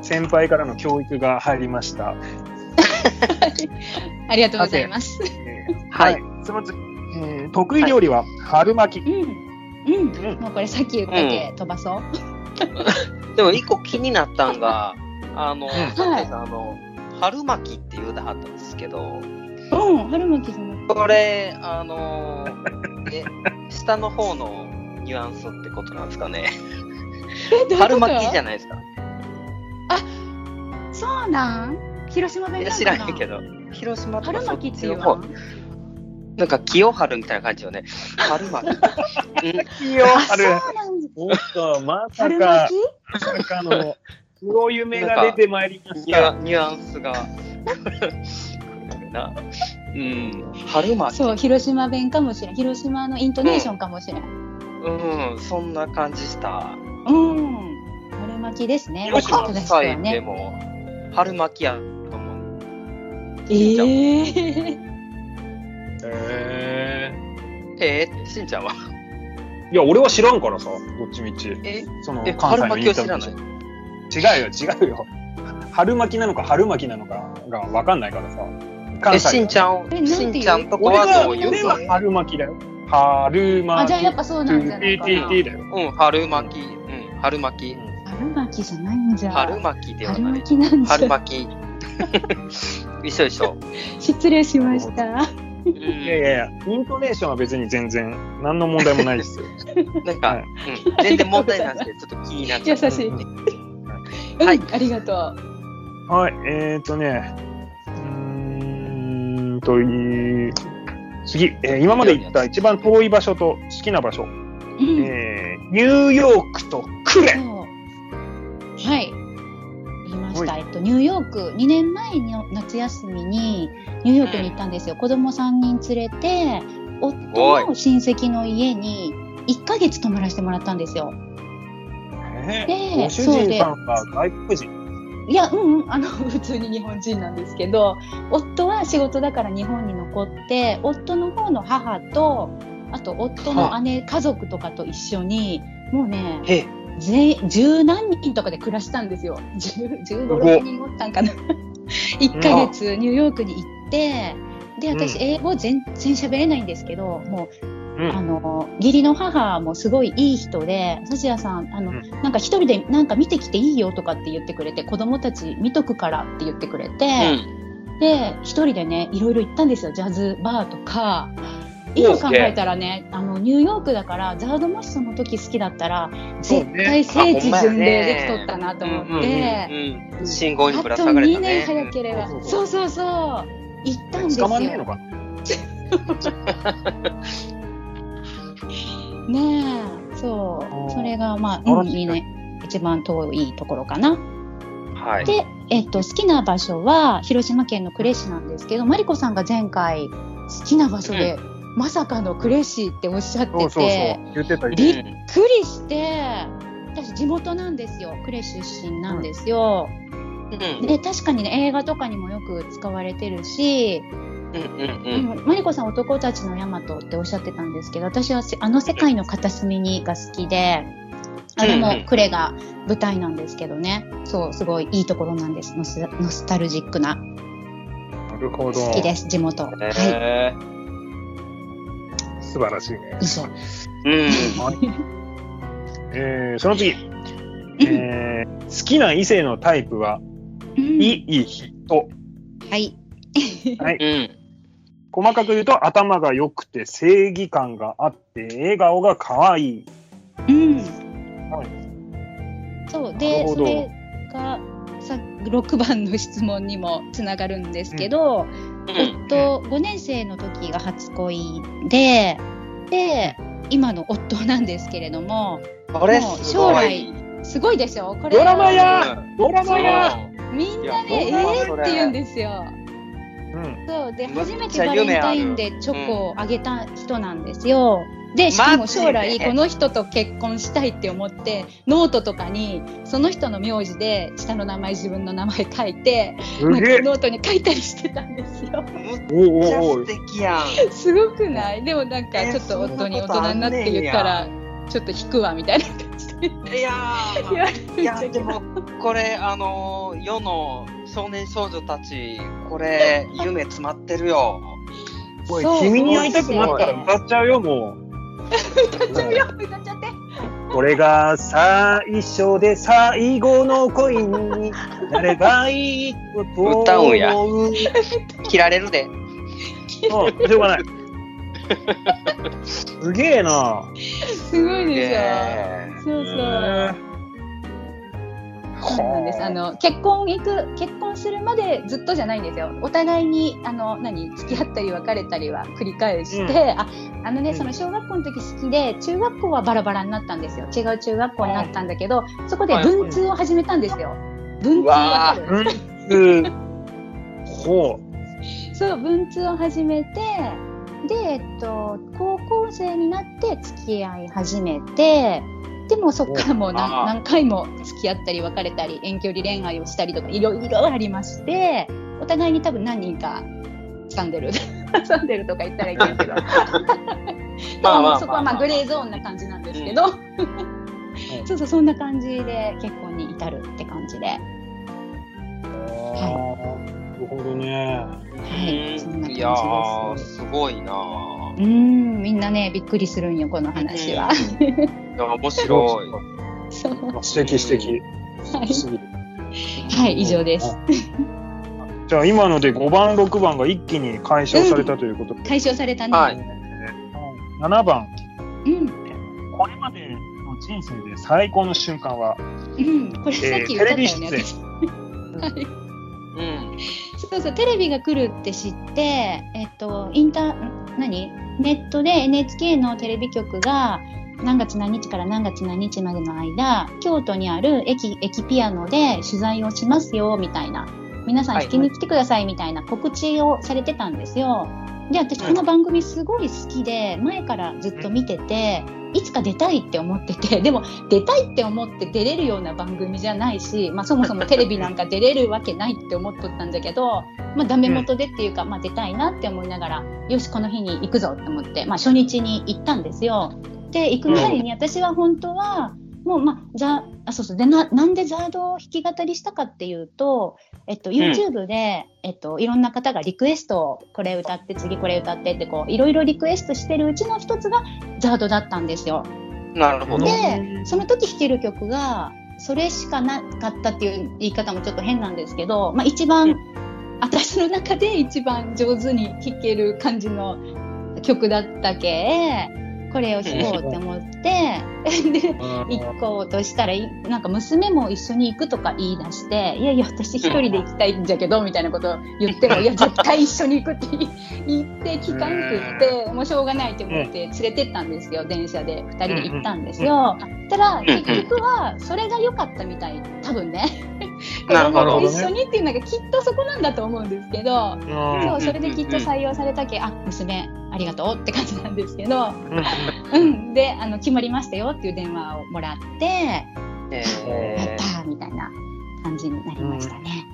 S1: 先輩からの教育が入りました。
S2: ありがとうございます。
S3: はい。
S1: その次、えー得意料理は春巻き。
S2: うん、
S1: う
S2: うん、
S1: ん
S2: もうこれさっき言ったけ、飛ばそう。
S3: でも一個気になったんが、あの
S1: はい
S3: さちやさんあの春巻きって言うてはったんですけど、
S2: うん、春巻きじゃない。
S3: これあ *laughs* のーえ下の方のニュアンスってことなんですかね。
S2: え、
S3: 春巻きじゃ
S2: ん。
S3: ないですか。
S2: そうなん。広島弁
S3: いや
S2: なの
S3: 知
S2: からな。
S3: んけど。広島とか
S2: 春巻きっていう
S3: そっちの
S2: わ
S3: 方。なんか清春みたいな感じよね。春巻
S2: *laughs*
S3: き。うん
S1: いいよ、
S2: あ、そうなんだ。
S1: おっと、まさ
S2: 春
S1: か
S2: 巻、き。
S1: まさかの、黒夢が出てまいりまし
S3: ニュア
S1: た。
S3: ニュアンスが。 *laughs* 来るなうん。春巻き。
S2: そう、広島弁かもしれん。広島のイントネーションかもしれん。
S3: うん、そんな感じした。
S2: うん。春巻きですね。
S3: 広島
S2: 正しくは
S3: 祭で
S2: ね。
S3: も、春巻きやと思う。
S2: え
S3: じゃん
S2: え
S1: へー
S3: えー、しんちゃんはい
S1: や、俺は知らんからさ、どっちみち。
S3: え
S1: その
S3: え、
S1: 関西
S3: 春
S1: の
S3: 巻
S1: イ
S3: き
S1: ンタ
S3: を知
S1: ビ
S3: ら
S1: ュ
S3: ない。
S1: ー違うよ、違うよ。春巻きなのか春巻きなのかが分かんないからさ。
S3: え、
S1: 関
S3: し
S1: 西
S3: んちゃんを
S2: えなんて、言う
S3: しんちゃんとこ
S1: 俺
S3: は
S1: は
S3: どういう
S1: 俺は春巻きだよ。春
S2: あ、
S1: 巻き。
S2: じゃあやっぱそうなんじゃないかな。
S1: TTT だよ。
S3: うん、春巻き。うん、春巻き。
S2: 春巻きじゃないんじゃ。
S3: 春巻きでは
S2: 春
S3: ない
S2: 巻。きなんじ
S3: 春
S2: ゃ。
S3: 巻き。一緒一緒。
S2: 失礼しました。
S3: う
S1: い
S3: ん
S1: やいやいや、イントネーションは別に全然、何の問題もない *laughs* ですよ。
S3: なんか、
S1: はい
S3: うん、全然問題ないんですけど、ちょっと気になっちゃう。
S2: 優しい。
S1: うん
S2: うん、ありがとう。
S1: はい、えー、とね、うーんと、い次、えー今まで行った一番遠い場所と好きな場所、
S2: うん。
S1: えーニューヨークとクレ
S2: そうはい。言いました。
S1: は
S2: えっと、ニューヨーク、2年前の夏休みにニューヨークに行ったんですよ。子供3人連れて、夫の親戚の家に1ヶ月泊まらせてもらったんですよ。
S1: え
S2: で、
S1: ご主
S2: そう
S1: 人
S2: で
S1: さ、んが外国人。
S2: いや、うんうん、あの、 *laughs* 普通に日本人なんですけど、夫は仕事だから日本に残って、夫の方の母と、あと夫の姉、家族とかと一緒に、もうね、
S3: へえ
S2: ぜ十何人とかで暮らしたんですよ。十十五
S1: ご
S2: 六人おったんかな。一ヶ月ニューヨークに行って、で
S1: うん
S2: 私英語全然喋れないんですけど、もう
S1: うん
S2: あの義理の母もすごいいい人でサシヤさんあの、
S1: うん
S2: なんか一人でなんか見てきていいよとかって言ってくれて子供たち見とくからって言ってくれて、で一人でねいろいろ行ったんですよジャズバーとか
S1: お
S2: 今
S1: う
S2: 考えたらねあのニューヨークだからザードもしその時好きだったら
S1: そう
S2: 絶
S1: ね
S2: 対聖地巡
S3: あほんまや
S2: 礼
S3: ね
S2: できとったなと
S3: うん
S2: 思
S3: う
S2: っ
S3: ん
S2: て
S3: うんうん信号にぶら下が
S2: あ
S3: れ
S2: と
S3: た
S2: 2年
S3: ね。
S2: 早ければ、
S1: うん
S2: そうそうそう行ったんですよ
S1: 捕まんねえのかな
S2: ねえそ
S1: うん
S2: うそれがまあ、
S1: あ
S2: う
S1: ら
S2: ん、いいね一番遠いところかな。
S3: うんはい。
S2: で、えっと、好きな場所は広島県の呉市なんですけどマリコさんが前回好きな場所で、まさかの呉市っておっしゃってて
S1: そうそうそう。言ってた言っ
S2: び
S1: て
S2: っくりして私地元なんですよ呉出身なんですよ。
S3: うん
S2: で確かにね映画とかにもよく使われてるし、
S3: うんうん
S2: う
S3: う
S2: んん、マリコさん「男たちのヤマト」っておっしゃってたんですけど私はせ「あの世界の片隅に」が好きであれ
S3: うんう
S2: も
S3: ん
S2: クレが舞台なんですけどねそうすごいいいところなんですノスノスタルジックな
S1: た。なるほど。
S2: 好きです地元は
S3: へ
S1: い。素晴らしいね
S2: *laughs* い。以上
S3: ー
S1: えー、その次。えー、好きな異性のタイプは、
S2: うん
S1: いい人。
S2: はい
S1: はい。
S3: うんうん
S1: 細かく言うと、頭が良くて正義感があって、笑顔が可愛い。
S2: うん
S1: は
S2: そう
S1: なる
S2: で
S1: ほ
S2: そ
S1: ど
S2: れがさ6番の質問にもつながるんですけど、夫5年生の時が初恋でで今の夫なんですけれども
S3: これすごい。
S2: もすごいでしょこれ
S1: ドラマや
S3: うん
S1: ドラマや
S2: みんないね
S3: や
S2: え
S3: ドラマそ
S2: ー、
S3: れ
S2: って言うんですよ
S1: うん。
S2: そうで
S3: むっ
S2: 初
S3: ちゃ
S2: めてバレンタインでチョコをあげた人なんですよでしかも
S3: マジで
S2: 将来この人と結婚したいって思ってノートとかにその人の名字で下の名前自分の名前書いて
S1: す
S2: なん
S1: げ
S2: か
S1: え。
S2: ノートに書いたりしてたんですよ *laughs*
S3: むっ
S1: おう
S3: ちゃ
S1: おうお
S3: 素
S1: う。
S3: 敵やん。
S2: すごくないでもなんか
S3: え
S2: ちょっと
S3: そんな
S2: 夫に大
S3: ことあ
S2: 人
S3: ん
S2: にな
S3: ねん
S2: っ
S3: や
S2: て言ったらちょっと引くわみたいな感じで
S3: いやー
S2: 言われ
S3: い
S2: るん
S3: や
S2: だけ
S3: で
S2: ど
S3: もこれあのー世の少年少女たちこれ夢詰まってるよ。
S1: おい
S2: そう
S1: 君に会いたくなったら歌っちゃうよ、もう。歌っ
S2: *laughs* 歌っちゃうよ歌っちゃって
S1: これが最初で最後の恋になればいいことを
S3: 歌うんや
S1: 思う。
S3: 切られるで。
S1: うんしょう
S2: *laughs*
S1: がない。すげえな。
S2: すごいでしょ
S3: え
S2: そうそうそうなんです。あの結婚行く結婚するまでずっとじゃないんですよ。お互いにあの何付き合ったり別れたりは繰り返
S1: う
S2: して、
S1: ん
S2: ああのね、
S1: うん
S2: その小学校の時好きで中学校はバラバラになったんですよ。違う中学校になったんだけど、そこで文通を始めたんですよ。文通わかる
S1: 文通。ほ
S2: そう文通を始めてで、えっと、高校生になって付き合い始めてでもそっからもう何
S3: あー
S2: 何回も付き合ったり別れたり遠距離恋愛をしたりとかいろいろありましてお互いに多分何人かサンデ *laughs* ルサンデルとか言ったらいけない
S3: *laughs*
S2: けど
S3: まあまあまあまあ
S2: そこはまあグレーゾーンな感じなんですけど、 *laughs* そうそうそんな感じで結婚に至るって感じで。
S1: う。なるほどね。
S2: はいそんな感じです
S3: いやーすごいな
S2: うーんみんなねびっくりするんよこの話は。
S3: ー。いや面白い。
S2: そうは
S1: 素敵素敵。
S2: いはい、以上です。
S1: じゃあ今ので5番6番が一気に解消されたということで。
S2: 解消されたね。
S3: はい。
S1: 7番。
S2: うん、
S1: これまでの人生で最高の瞬間は、
S2: うん、これさっき
S1: えー
S2: 言っ
S1: テ
S2: た
S1: レ
S2: よね
S1: ビ。出演、
S2: 私。
S3: うん。
S2: そうそう、テレビが来るって知って、えっと、インター、ん何ネットで NHK のテレビ局が、何月何日から何月何日までの間、京都にある駅、駅ピアノで取材をしますよ、みたいな。皆さん
S3: はい
S2: 聞きに来てください、みたいな告知をされてたんですよ。で、私、この番組すごい好きで、前からずっと見てて、いつか出たいって思ってて、でも出たいって思って出れるような番組じゃないし、まあ、そもそもテレビなんか出れるわけないって思っとったんだけ *laughs* ど、まあ、ダメ元でっていうか、まあ、出たいなって思いながらよしこの日に行くぞと思って、まあ、初日に行ったんですよ。で行く前に私は本当はもうまあザあそうそうでななんでザードを弾き語りしたかっていうとえっと、YouTube で、えっと、いろんな方がリクエストを、これ歌って、次これ歌ってって、こう、いろいろリクエストしてるうちの一つが、ザードだったんですよ。
S3: なるほど。
S2: で、その時弾ける曲が、それしかなかったっていう言い方もちょっと変なんですけど、まあ、一番、私の中で一番上手に弾ける感じの曲だったけこれを弾こうって思ってで行こうとしたらなんか娘も一緒に行くとか言い出して「いやいや私一人で行きたいんじゃけど」みたいなことを言 *laughs* っても「いや絶対一緒に行く」って *laughs* 言って聞かんくってもうしょうがないと思って連れてったんですよ電車で2人で行ったんですよ。たら結局はそれが良かったみたい多分 *laughs* ね。子供と一緒にっていうのがきっとそこなんだと思うんですけど、ね、そうそれできっと採用されたけ、あ娘ありがとうって感じなんですけど、うん、であの決まりましたよっていう電話をもらって、やったみたいな感じになりましたね。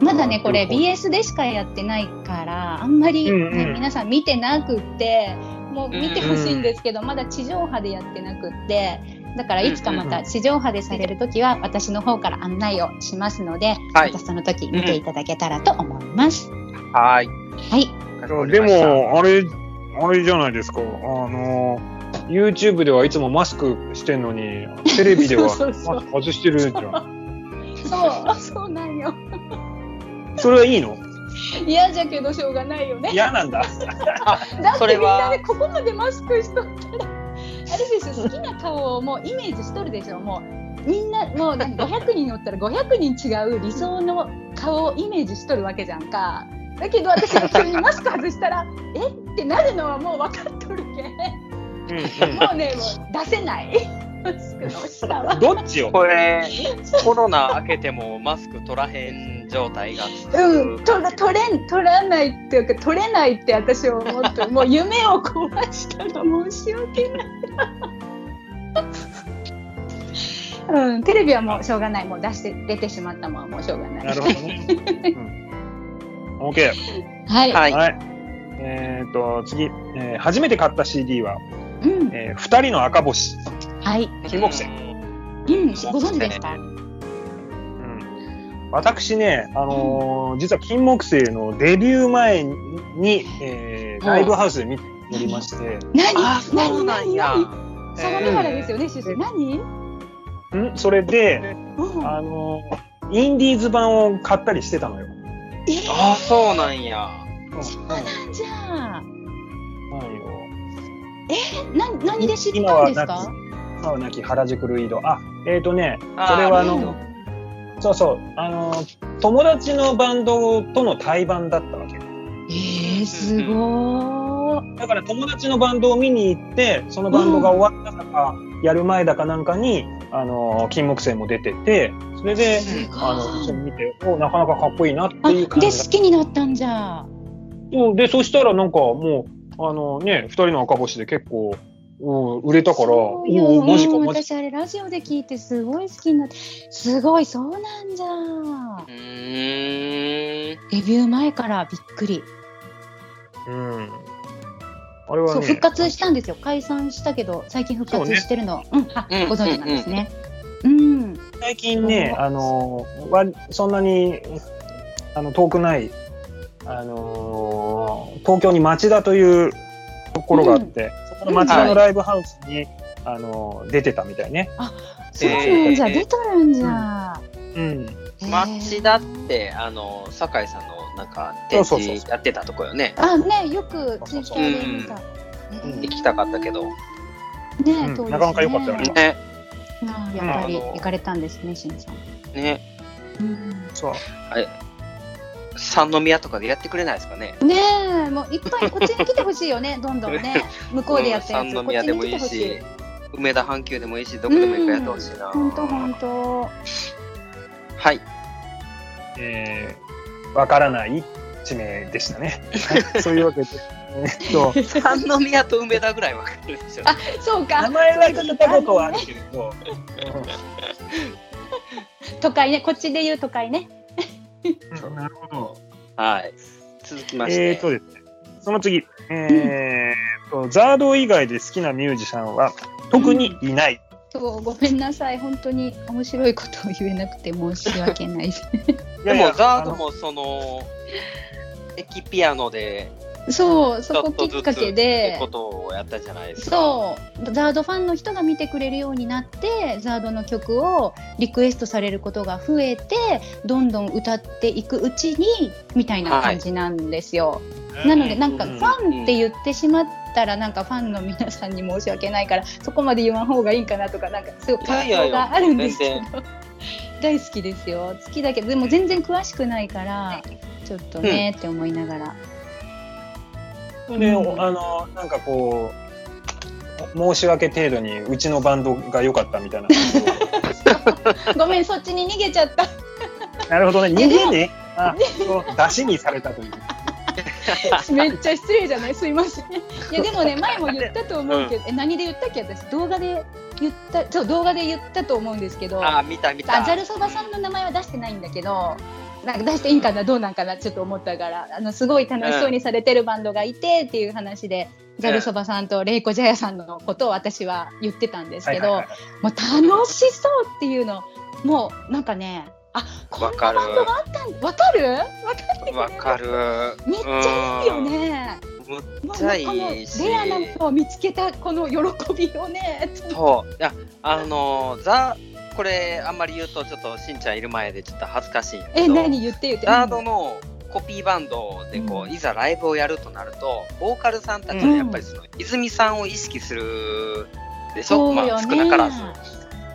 S2: まだねこれ BS でしかやってないからあんまり、ね皆さん見てなくってもう見てほしいんですけど、まだ地上波でやってなくってだからいつかまた地上波でされる時は私の方から案内をしますので、またその時見ていただけたらと思います。
S3: はい、
S2: はい
S1: でもあれあれじゃないですかあの YouTube ではいつもマスクしてんのにテレビ
S2: *laughs*
S1: ではマスク外してるじゃ
S2: ん。そうそうなんよ。
S1: それはいいの
S2: 嫌じゃけどしょうがないよね。
S1: 嫌なんだ。
S2: だってみんなでここまでマスクしとったら。あれです好きな顔をもうイメージしとるでしょもうみんなもうなんか500人乗ったら500人違う理想の顔をイメージしとるわけじゃんかだけど私が急にマスク外したら *laughs* えってなるのはもう分かっとるけもうねもう出せないマスクの下は
S1: どっちを
S2: *laughs*
S3: これコロナ明けてもマスク取らへん状態が
S2: うん取ら取れん取らないっていうか取れないって私は思ってもう夢を壊したの申し訳ないうん、テレビはもうしょうがないもう出して出てしまったもんはもうしょうがない
S1: なるほどね、うん、OK
S2: はい、
S1: はい、はい、えー、っと次、えー、初めて買った CD は「うん、えー、二人の赤星」
S2: はい。、
S1: 金木犀。うん。
S2: ご存知ですか。うん
S1: 私ね、あのーうん、実は金木犀のデビュー前に、えー、ライブハウスで見おりまして。
S2: 何？何何何？相模原ですよね、出身。何？
S1: うん、それで、あのー、インディーズ版を買ったりしてたのよ。
S3: えー、あ、そうなんや。
S2: そうなんじゃ。ないよ。え、な何で知ったんですか？
S1: 青なき原宿ルイード。あ、えっ、ー、とね、これはあの、そうそう、あの、友達のバンドとの対バンだったわけ。
S2: えー、すご
S1: い。だから友達のバンドを見に行って、そのバンドが終わったとか、うん、やる前だかなんかに、あの、金木犀も出てて、それで、あの、一緒に見て、おなかなかかっこいいなっていう感
S2: じ。で、好きになったんじゃ。
S1: そうで、そしたらなんかもう、あのね、二人の赤星で結構、うん、売れたから、
S2: おお、マジか、マジ私、あれ、ラジオで聞いて、すごい好きになって、すごい、そうなんじゃん。デビュー前からびっくり。
S1: うん。あれは、ね、
S2: 復活したんですよ。解散したけど、最近復活してるの。う,ね、うん、あ、ご存知なんですね。うん。
S1: 最近ね、あの、わ、そんなに、あの、遠くない、あのー、東京に町田というところがあって、うん、そこの町田のライブハウスに、はい、あの出てたみたいね。
S2: あそうなんじゃ、えー、出とるんじゃ。
S1: うん、
S3: うん、町田ってあの酒井さんのなんか展示やってたとこよね。
S2: あねよくツイッターで見た。
S3: 行きたかったけど。ね
S2: ね、
S1: なかなか良かったよね。
S2: あやっぱり行かれたんですねしんさん。
S3: ね。
S1: うん、そう。
S3: あれ三宮とかでやってくれないですかね。
S2: ねえ、もういっぱいこっちに来てほしいよ
S3: *laughs*
S2: ね、どんどんね。向こうでやってるや
S3: つ、三宮でもいいし、梅田阪急でもいいし、どこでもいいからやってほしいな。
S2: 本当本当。
S3: はい。
S1: えー、わからない地名でした *laughs* ね。そういうわけで。
S3: えっと、三宮と梅田ぐらいわかるでしょ。
S2: あ、 *laughs* そうか。
S1: 名前は聞いたことはあるけど。
S2: 都会ね、こっちで言う都会ね。
S1: なるほど。
S3: はい。続きまして。
S1: えーとですね、その次、えーと、うん、ザード以外で好きなミュージシャンは特にいない。
S3: *laughs*
S2: うん、そうごめんなさい、本当に面白いことを言えなくて申し訳ない。
S1: いやい
S3: で
S1: や
S3: も、ザー
S1: あ
S3: ド
S1: の
S3: もその、エキピアノで、
S2: そう、そ
S3: ちょ
S2: こ
S3: っと
S2: きっ
S3: ずつ
S2: かけで
S3: って、ことをやったじゃないですか。
S2: そう、ザードファンの人が見てくれるようになって、ザードの曲をリクエストされることが増えて、どんどん歌っていくうちに、みたいな感じなんですよ。なので、なんか、
S1: う
S2: フ
S1: ん
S2: ァンって言ってしまったら、なんかファンの皆さんに申し訳ないから、そこまで言わん方がいいかなとか、なんか、すごい感
S3: いや
S2: 想
S3: いやいや
S2: があるんですけ
S3: 全
S2: ど。大好きですよ。好きだけど、でも全然詳しくないから、ちょっとねって思いながら。
S1: で、
S2: うん
S1: あのなんかこう申し訳程度にうちのバンドが良かったみたいな
S2: ごめん、そっちに逃げちゃった。
S1: なるほどね逃
S2: いやで
S1: げ
S2: も
S1: ねあそう出しにされたという
S2: めっちゃ失礼じゃないすいませんいやでもね前も言ったと思うけど、え何 *laughs* で言ったっけ私動画で言ったそう動画で言ったと思うんですけどあ
S3: あ、見た見た。
S2: ざるそばさんの名前は出してないんだけどなんか出していいんかなどうなんかなちょっと思ったからあのすごい楽しそうにされてるバンドがいてっていう話で。ざるそばさんとレイコジャヤさんのことを私は言ってたんですけど、
S1: はいはいはい
S2: もう楽しそうっていうのもうなんかねあこんなバンドがあったんわかるわかってくれる
S3: わかる。
S2: めっちゃいいよね。
S3: うん。む
S2: も
S3: っ
S2: う
S3: ちゃいいし。
S2: レアなのを見つけたこの喜びをね。
S3: そう。いや、あの、ザ、これ、あんまり言うと、ちょっと、しんちゃんいる前で、ちょっと恥ずかしいんやけど
S2: え、何言って言って。
S3: ザードのコピーバンドでこ
S2: う
S3: う、いざライブをやるとなるとボーカルさんたちはやっぱりその、泉さんを意識するでしょ、
S2: そう
S3: ま
S2: よ
S3: あ、
S2: ね
S3: 少なからず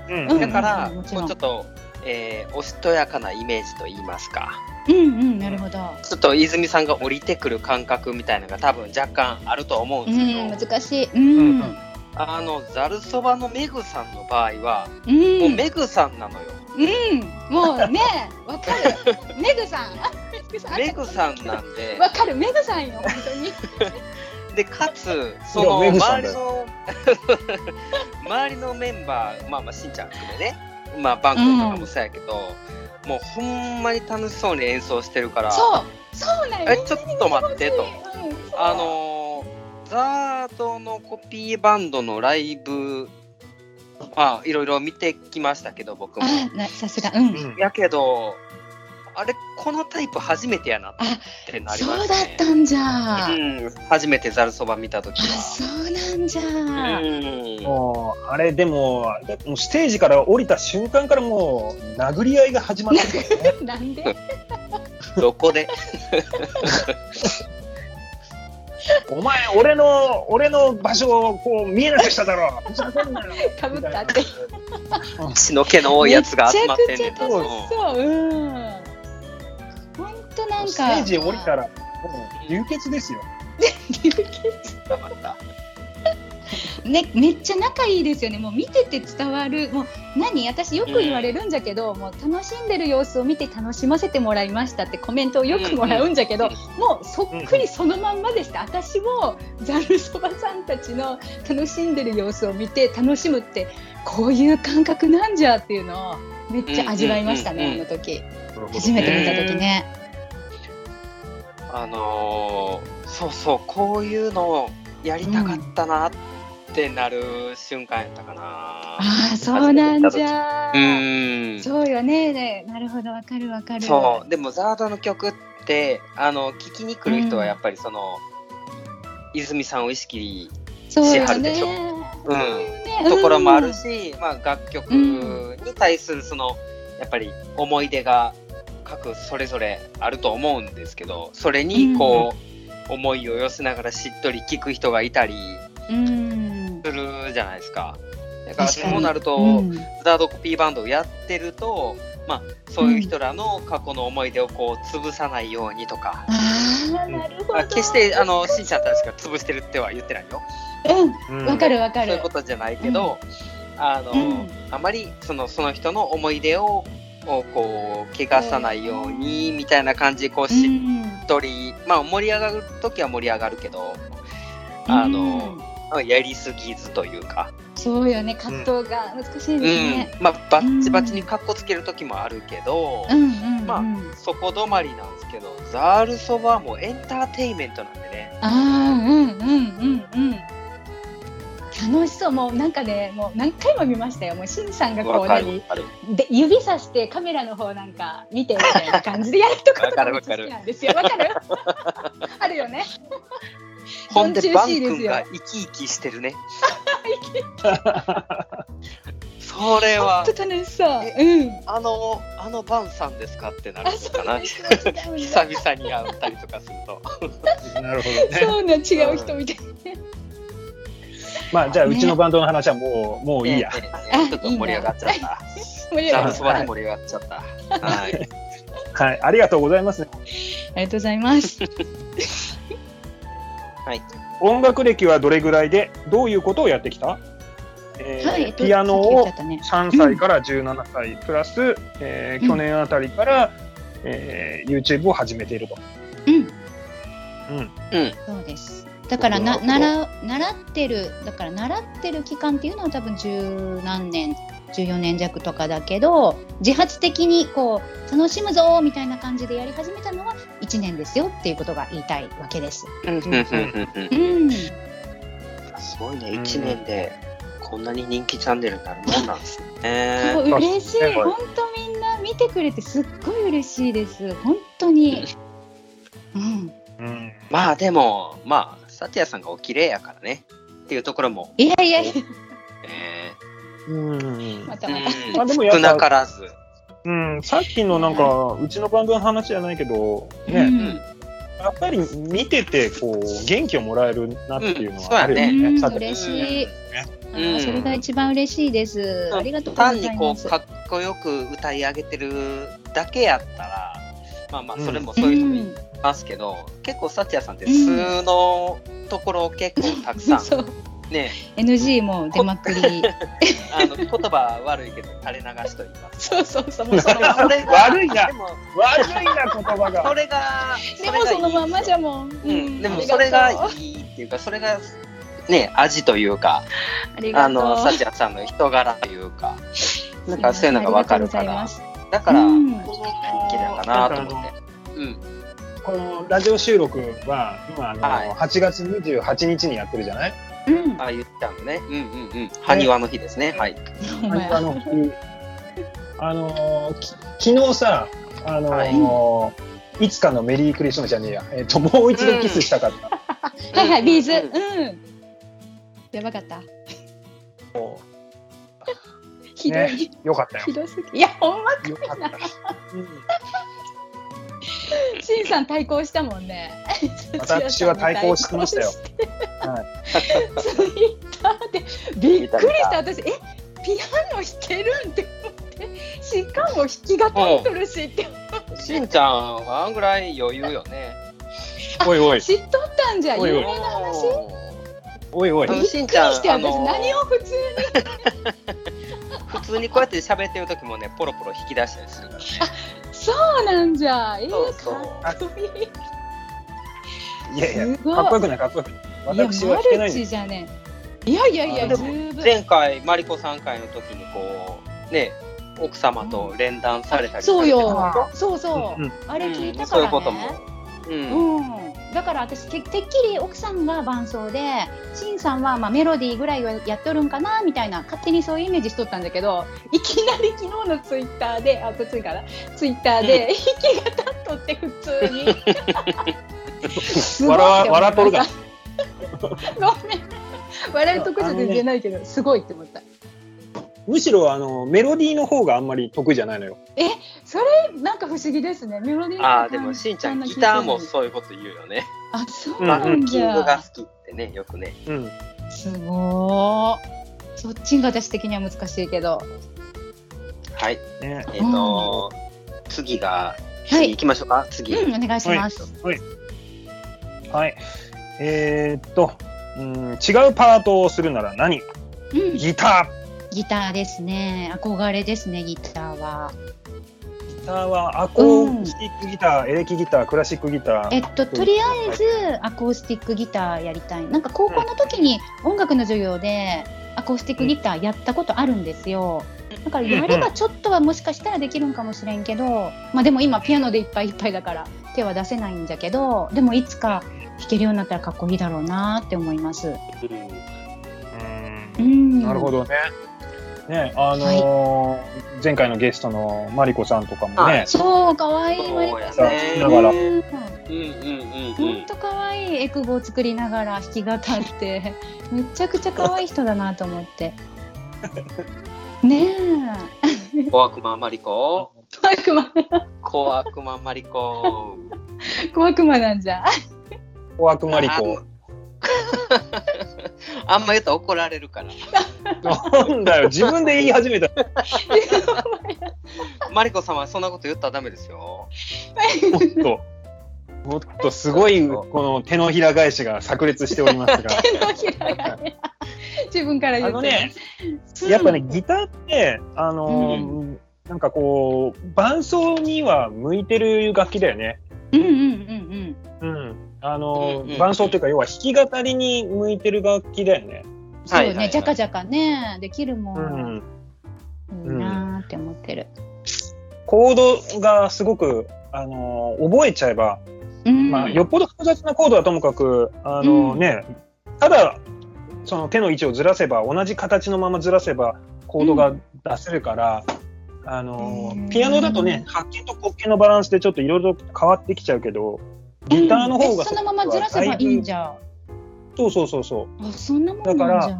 S1: うん
S2: うん
S3: だから、
S2: うん
S3: も
S2: も
S3: う
S2: ち
S3: ち
S2: ろ
S3: ょ
S2: ん
S3: っと、えーおしとやかなイメージと言いますか
S2: うんうん、なるほど。
S3: ちょっと泉さんが降りてくる感覚みたいなのが多分若干あると思うん
S2: う
S3: ですけど、
S2: ん、難しい。う
S1: う
S2: ん。うんん。
S3: あのざるそばのメグさんの場合は、
S2: う。
S3: もうんメグさんなのよ
S2: もうね、わかる。メグさん。あ
S3: メグさんなん
S2: *laughs*
S3: で
S2: わかる、メグさんよ、本当に。
S3: でかつそ
S1: い
S3: の
S1: やメグさん
S3: 周
S1: だ
S3: りの周りの *laughs* メンバーまあまあしんちゃん含めねまあバン君とかもそうやけど、もうほんまに楽しそうに演奏してるから
S2: そう。そうなんよ。
S3: えちょっと待ってと
S2: うんそう
S3: あのーザードのコピーバンドのライブまあいろいろ見てきましたけど僕も
S2: あ、なさすが、うん。
S1: うん
S3: やけどあれこのタイプ初めてやなってなりま
S2: そう
S3: した
S2: だっ
S3: ね
S2: たんじゃ。あ、
S3: うん、初めてざるそば見た時は
S2: そうなんじゃ。
S3: うん
S1: もうあれでももうステージから降りた瞬間からもう殴り合いが始まってたからね
S2: なんで。
S3: どこで
S1: お前俺の俺の場所をこう見えなくしただ
S2: *laughs*
S1: ろう
S2: かぶったって。
S3: 血の気の多いやつが集まってんねん
S2: めち
S3: な
S2: ゃくちゃ楽しそう。うん。本当なんか。
S1: ステージ降りたらもう流血ですよ
S2: ね、めっちゃ仲いいですよね。もう見てて伝わる。もう何私よく言われるんじゃけど、もう楽しんでる様子を見て楽しませてもらいましたってコメントをよくもらうんじゃけど、
S3: うん
S2: もうそっくりそのまんまでした。私もざるそばさんたちの楽しんでる様子を見て楽しむってこういう感覚なんじゃっていうのをめっちゃ味わいましたね、
S3: うんうんうんうん
S2: あの時。初めて見た時ね。
S3: あのーそうそうこういうのをやりたかったなってなる瞬間やったかな、
S2: ああ、そうなんじゃ。
S3: うんそ
S2: そうよねね。なるほど、わかるわかる。
S3: うでもザードの曲ってあの聴きに来る人はやっぱりその、泉さんを意識、
S2: そう
S3: しは
S2: よ
S3: るで
S2: ね
S3: しょ。うん
S2: ね
S3: ところもあ
S2: う
S3: る
S2: ん
S3: し、まあ、楽曲に対するそのやっぱり思い出が各それぞれあると思うんですけどそれにこう、思いを寄せながらしっとり聴く人がいたり
S2: うん。
S3: するじゃないですか。だから
S2: 確かに
S3: そうなると、
S2: うん
S3: ザードコピーバンドをやってると、まあ、そういう人らの過去の思い出をこう潰さないようにとか、
S2: ああ、なるほ
S3: まあ
S2: ど。
S3: 決してあのしんちゃんたちが潰してるっては言ってないよ
S2: うん、わかるわか
S3: そういう
S2: る
S3: こ。とじゃないけど、あの
S2: うん
S3: あまりそのその人の思い出ををこう怪我さないようにみたいな感じでこう
S2: う
S3: しっ
S2: ん。
S3: とり、まあ、盛り上がる時は盛り上がるけどあの、やりすぎずというか、
S2: そうよね。葛藤が難しいです
S3: うん
S2: ね。
S3: まあ、バッチバチにかっこつける時もあるけど。
S2: うんうんうん。
S3: まそこ止まりなんですけど、ザールそばはもうエンターテインメントなんでね、
S2: ああ、うんうんうんうん。楽しそう、もうなんかね、もう何回も見ましたよ、もうしんさんがこ
S3: わ
S2: う、
S3: かる
S2: 何
S3: わかる。
S2: で指さしてカメラの方なんか見てみたいな感じでやるとこと
S3: わか
S2: か
S3: る
S2: め
S3: わ
S2: っち
S3: か
S2: ゃ
S3: る
S2: 好きなんですよ。わかる *laughs* あるよね。
S3: ほんで、
S2: 昆
S3: バン
S2: 虫シールで
S3: 君
S2: すよ
S3: が生き生きしてるね。それは
S2: ちょ、っと楽しそう。うん。
S3: あの、あのバンさんですかってなる
S2: あ、
S3: の
S2: そ
S3: か
S2: うな
S3: な。
S2: んで
S3: 久
S2: す。違うんだ
S3: 々に会ったりとかすると。
S1: なるほどね。
S2: そうな違う人
S3: *laughs*
S2: みたいな。
S1: まあ、じゃあ、
S2: ね
S1: うちのバンドの話はもう、もういいや。
S3: ねねねちょっと盛り上がっちゃった。
S2: 盛り上が
S3: サブ
S2: る
S3: スまで盛り上がっちゃった。はい。
S1: はい。ありがとうございます。
S2: ありがとうござい
S3: *laughs*
S2: ます。
S3: はい。
S1: 音楽歴はどれぐらいで、どういうことをやってきた、えー
S2: はいえっと
S1: ピアノを
S2: さっき言っちゃったね
S1: 3歳から17歳、プラス、えー
S2: うん
S1: 去年あたりから、えー YouTube を始めていると。
S2: うん。
S1: うん。
S2: そうです。だからな習う習ってるだから習ってる期間っていうのは多分十何年14年弱とかだけど自発的にこう楽しむぞーみたいな感じでやり始めたのは1年ですよっていうことが言いたいわけです。
S3: うんうんうんうんうん
S2: うん、
S3: すごいね、1年でこんなに人気チャンネルになるもんなんですね。
S2: そう嬉し
S1: そう
S2: い
S1: ですね
S2: 本当みんな見てくれてすっごい嬉しいです本当 *laughs* に。うん、
S1: うん。
S3: まあでも、まあ、サテヤさんがお綺麗やからね。っていうところも、
S2: いやいやいや
S3: え
S1: うん
S2: またまた。
S3: ー
S1: まあでも
S3: うん
S1: やっ
S3: 少
S1: ぱ
S3: なからず。
S1: うん、さっきのなんか、うちのバンドの話じゃないけど、ね、
S2: うん
S1: やっぱり見てて、こう、元気をもらえるなっていうの
S3: うんそう
S1: は
S3: や
S1: あるよ
S3: ね
S1: ね。
S2: うん
S1: さて
S2: 嬉しい。あ
S3: うん
S2: ーそれが一番嬉しいです。ありがとうござ
S3: 単
S2: い
S3: にこ
S2: ま
S3: う
S2: す
S3: か。っこよく歌い上げてるだけやったらまあまあそれもそういう人もいますけど、結構サチヤさんって素のところを結構たくさん、
S2: そう
S3: ね
S2: NG も出まく
S3: *laughs*
S2: り
S3: あの言葉悪いけど垂れ流しと言います
S2: そうそうそうもうそのまま
S3: それが
S1: 悪いな
S3: でも
S1: 悪いな、言葉
S3: そ
S1: が。
S3: れがそ
S2: で
S3: れ
S2: も
S3: がいい
S2: そのまんまじゃもん、
S3: うん、でも
S2: あり
S3: そ
S2: とう
S3: れがいいっていうかそれがね味というか
S2: ありが
S3: あ
S2: とう
S3: のサチヤさんの人柄というかなんかそういうのがわかるから
S2: あ
S3: だから、
S2: うん
S3: この人気なのかなと思って。うん
S1: このラジオ収録は、今、あの、
S3: はい
S1: 8月28日にやってるじゃない
S2: りがとうございます
S3: あ、言ったのね。うんうんうん。埴輪の日ですね。はい。
S2: うんお前
S1: あの、あのき昨日さ、あのい、つかのメリークリスマスじゃねえや、えっともう一度キスしたかった、
S2: はいはいビーズ
S3: うん
S2: うんやばかった
S1: も
S2: *laughs* ひどい、
S1: ねうよかったよ
S2: ひ。どすぎいやほんま
S1: よかった。
S2: しんさん対抗したもん
S3: *laughs*
S2: ね
S1: 私は対抗してましたよは
S2: ツイッターでびっくりした私えピアノ弾けるんって思ってしかも弾き語っとるしって
S3: しんちゃんはあんぐらい余裕よね。
S1: おいおい、
S2: 知っとったんじゃ
S1: おい
S2: 有
S1: お
S2: 名
S1: い
S2: な話
S1: おいおい
S3: あ。のしんち
S2: びっく
S3: ゃ
S2: り
S3: ん、
S2: して
S3: あ
S2: 私
S3: の
S2: 何を普通
S3: 普通にこうやって喋ってる時もね、ポロポロ引き出したりするからね。
S2: そうなんじゃええ
S3: そうそう
S2: かっこいい
S1: いやいや、
S2: すごい
S1: かっこよくない、かっこよくない。私は弾
S2: い
S1: け
S2: や
S1: ないん
S2: マル
S1: です。
S2: チじゃねいやいやい
S1: あ
S2: や
S1: で
S2: 十
S1: も
S2: 分
S3: 前回、マリコさん会の時にこう、ね、奥様と連弾されたり
S2: そうよ
S1: あ
S2: そうそう、
S1: うん
S2: あれ聞いたか
S3: そうい
S2: ら
S3: うことも
S2: ね。
S3: うん。
S2: うん、だから私ててっきり奥さんが伴奏でしんさんはまあメロディーぐらいはやっとるんかなみたいな勝手にそういうイメージしとったんだけどいきなり昨日のツイッターであこっちからツイッターで弾き語っとって普通にすごい
S1: 笑わ笑っとるが
S2: *laughs* ごめん笑うとこじゃ全然ないけど、すごいって思った
S1: むしろあのメロディーの方があんまり得意じゃないのよ。
S2: それなんか不思議ですねメロディー
S3: ああ、でもしんちゃん、ギターもそういうこと言うよね。
S2: あそう
S3: バ
S2: な
S3: ッ
S2: ん
S3: キン
S2: じゃ、
S3: グが好きってね、よくね。
S1: うん。
S2: すごーそっちが私的には難しいけど
S3: はい。
S1: ね。
S3: えっ、と、次が、
S2: は
S3: 次
S2: い
S3: 行きましょうか。次。
S2: うん、お願いします。
S1: はい。はい。えーっと、うん、違うパートをするなら何
S2: うん、
S1: ギター。
S2: ギターですね。憧れですね、ギターは。
S1: ギターはアコースティックギター、エレキギター、クラシックギタ
S2: え
S1: ー。
S2: っと、とりあえず、アコースティックギターやりたい。なんか高校の時に音楽の授業で、アコースティックギターやったことあるんですよ。だから、やればちょっとはもしかしたらできるんかもしれんけど、まあでも今、ピアノでいっぱいいっぱいだから、手は出せないんじゃけど、でもいつか弾けるようになったらかっこいいだろうなって思います。
S3: うん
S1: うーん
S2: うん
S1: なるほどね。ね、あのー前回のゲストのマリコさんとかもね、
S2: そう、かわいい、マリ
S3: そう
S2: コ
S3: や
S2: さん。
S1: だか
S3: ね。
S1: ら
S2: うん
S3: うんうんうんう
S2: ほん
S3: ん。
S2: とかわいいエクボを作りながら弾き
S1: *laughs*
S2: 語って、めちゃくちゃかわいい人だなと思って。ねえ。
S3: 小悪魔マリコ。
S2: 小悪魔、
S3: 小悪魔マリコ。
S2: 小悪魔なんじゃ。
S1: 小悪マリコ。
S3: あんま *laughs* 言うと怒られるから。
S1: なんだよ、自分で言い始めた。
S3: マリコ様はそんなこと言ったらダメですよ。
S1: もっと、もっとすごい、この手のひら返しが炸裂しており
S3: *laughs*
S1: ますが。
S2: 手のひらがね自分から言っ
S1: あ
S2: て。
S1: のねやっぱね、ギターって、あのーなんかこう、伴奏には向いてる楽器だよね。
S2: うんうんうん
S1: うん。あのー
S3: うんうん
S1: 伴奏というか、要は弾き語りに向いてる楽器だよね。
S2: うん。そう
S3: はいはいは
S2: ね、
S3: い
S2: じゃかじゃかね、できるも。
S1: うんん。
S2: いいなーって思ってる。
S1: コードがすごく、あのー覚えちゃえば、
S2: うん。
S1: まあ、よっぽど複雑なコードはともかく、あのー
S2: うん
S1: ね、ただ、その手の位置をずらせば、同じ形のままずらせば、コードが出せるから、あの
S2: うん
S1: ーピアノだとね、発見と滑稽のバランスでちょっといろいろ変わってきちゃうけど、ギターの方が、
S2: えそのままずらせばいいんじゃ。
S1: そうそうそうそ
S2: あ、そんなもんなんじゃ。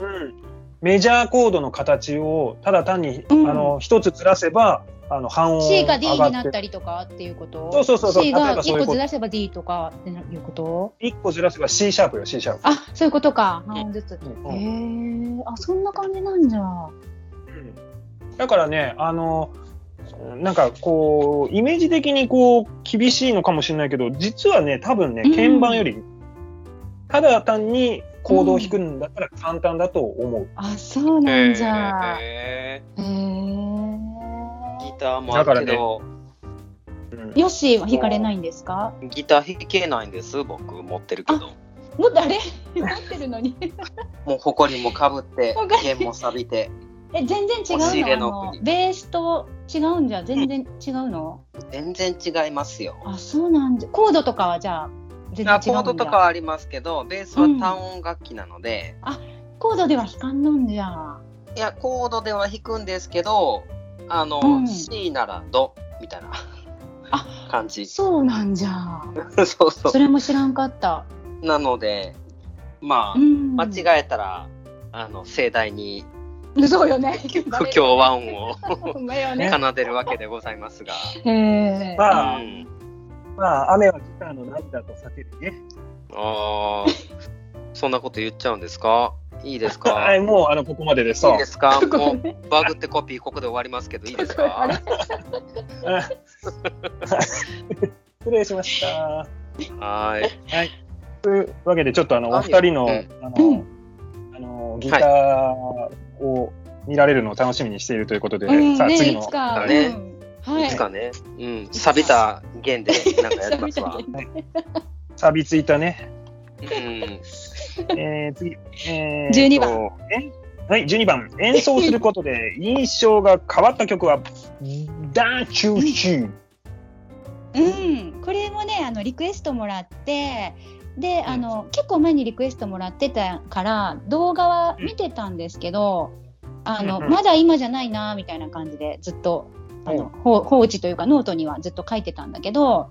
S1: う、うん、メジャーコードの形をただ単に、
S2: うん
S1: あの一つずらせばあの半音
S2: C が D になっ
S1: って
S2: たりとかっていうこと
S1: そうそうそうそう
S2: C
S1: 例え
S2: が
S1: ばそういうこ
S2: 1
S1: と
S2: 個ずらせば D とかっていうこと
S1: 1個ずらせば C シャープよ C シャープ。
S2: あそういうことか半音ずつ、
S1: うん
S2: へえあそんな感じなんじゃ
S1: うんだからねあのなんかこうイメージ的にこう厳しいのかもしれないけど実はね多分ね
S2: うん
S1: 鍵盤より、ただ単にコードを弾くんだったら簡単だと思う。
S2: あそうなんじゃへ
S3: へ
S2: え
S3: ーギターもあるけど、
S1: うん
S2: ヨッシーは弾かれないんですか
S3: ギター弾けないんです、僕持ってるけど。
S2: もう誰なってるのに *laughs*
S3: もう埃もかぶって
S2: ほこ、り
S3: 弦も錆びて、
S2: え全然違う
S3: 押し入れ
S2: の
S3: の
S2: あの
S3: 国
S2: ベースと違うんじゃ全然違うの、
S3: 全然違いますよ。
S2: あそうなんじゃコードとかはじゃあ全然違うん
S3: あ
S2: じ
S3: コ
S2: ゃ
S3: ードとかはありますけど、ベースは単音楽器なので、
S2: コードでは弾かんのんじゃ
S3: いや、コードでは弾くんですけど、あの、
S2: うん
S3: C ならドみたいな
S2: あ
S3: 感じ。 *laughs* そ
S2: そうなんじゃ
S3: うそう
S2: それも知らんかった。
S3: なので、まあ、
S2: うん、
S3: 間違えたら、あの、盛大に
S2: え。そうよね。
S3: 不協和音を
S2: ほんまよね。
S3: 奏でるわけでございますが、
S2: へえ。
S1: まあ
S3: うん、
S1: まあ雨はギターの涙と避けるね。
S3: あーそんなこと言っちゃうんですかいいですか
S1: はいい、もうあのここまでです。
S3: いですか
S2: こ
S3: も
S2: こ
S3: う
S2: ね。
S3: バグってコピーここで終わりますけどいいです
S2: ここあれ
S3: か
S1: *laughs* 失礼しま
S3: *laughs*
S1: した。
S3: はい
S1: というわけで、ちょっとあのお二人の,、
S3: はい
S1: あの
S2: うん
S1: あのギターを見られるのを楽しみにしているということで、
S2: うん、
S1: さあ、
S2: ね、
S1: 次
S2: い
S1: の
S2: つか。
S3: ね
S2: うん、はい。
S3: いつかね、うん、錆びた弦でなんかや
S2: *laughs*
S3: りますわ。
S1: 錆びついた *laughs* ね、
S3: うん、
S1: えー、次、えー、
S2: 12番
S1: 番はい、12番、演奏すること *laughs* で印象が変わった曲は、ダンチューシュー。
S2: うん、これもねあのリクエストもらってであの、結構前にリクエストもらってたから動画は見てたんですけど、あの
S1: うんうん
S2: まだ今じゃないなみたいな感じでずっとあの、
S1: うん
S2: ほ放置というかノートにはずっと書いてたんだけど、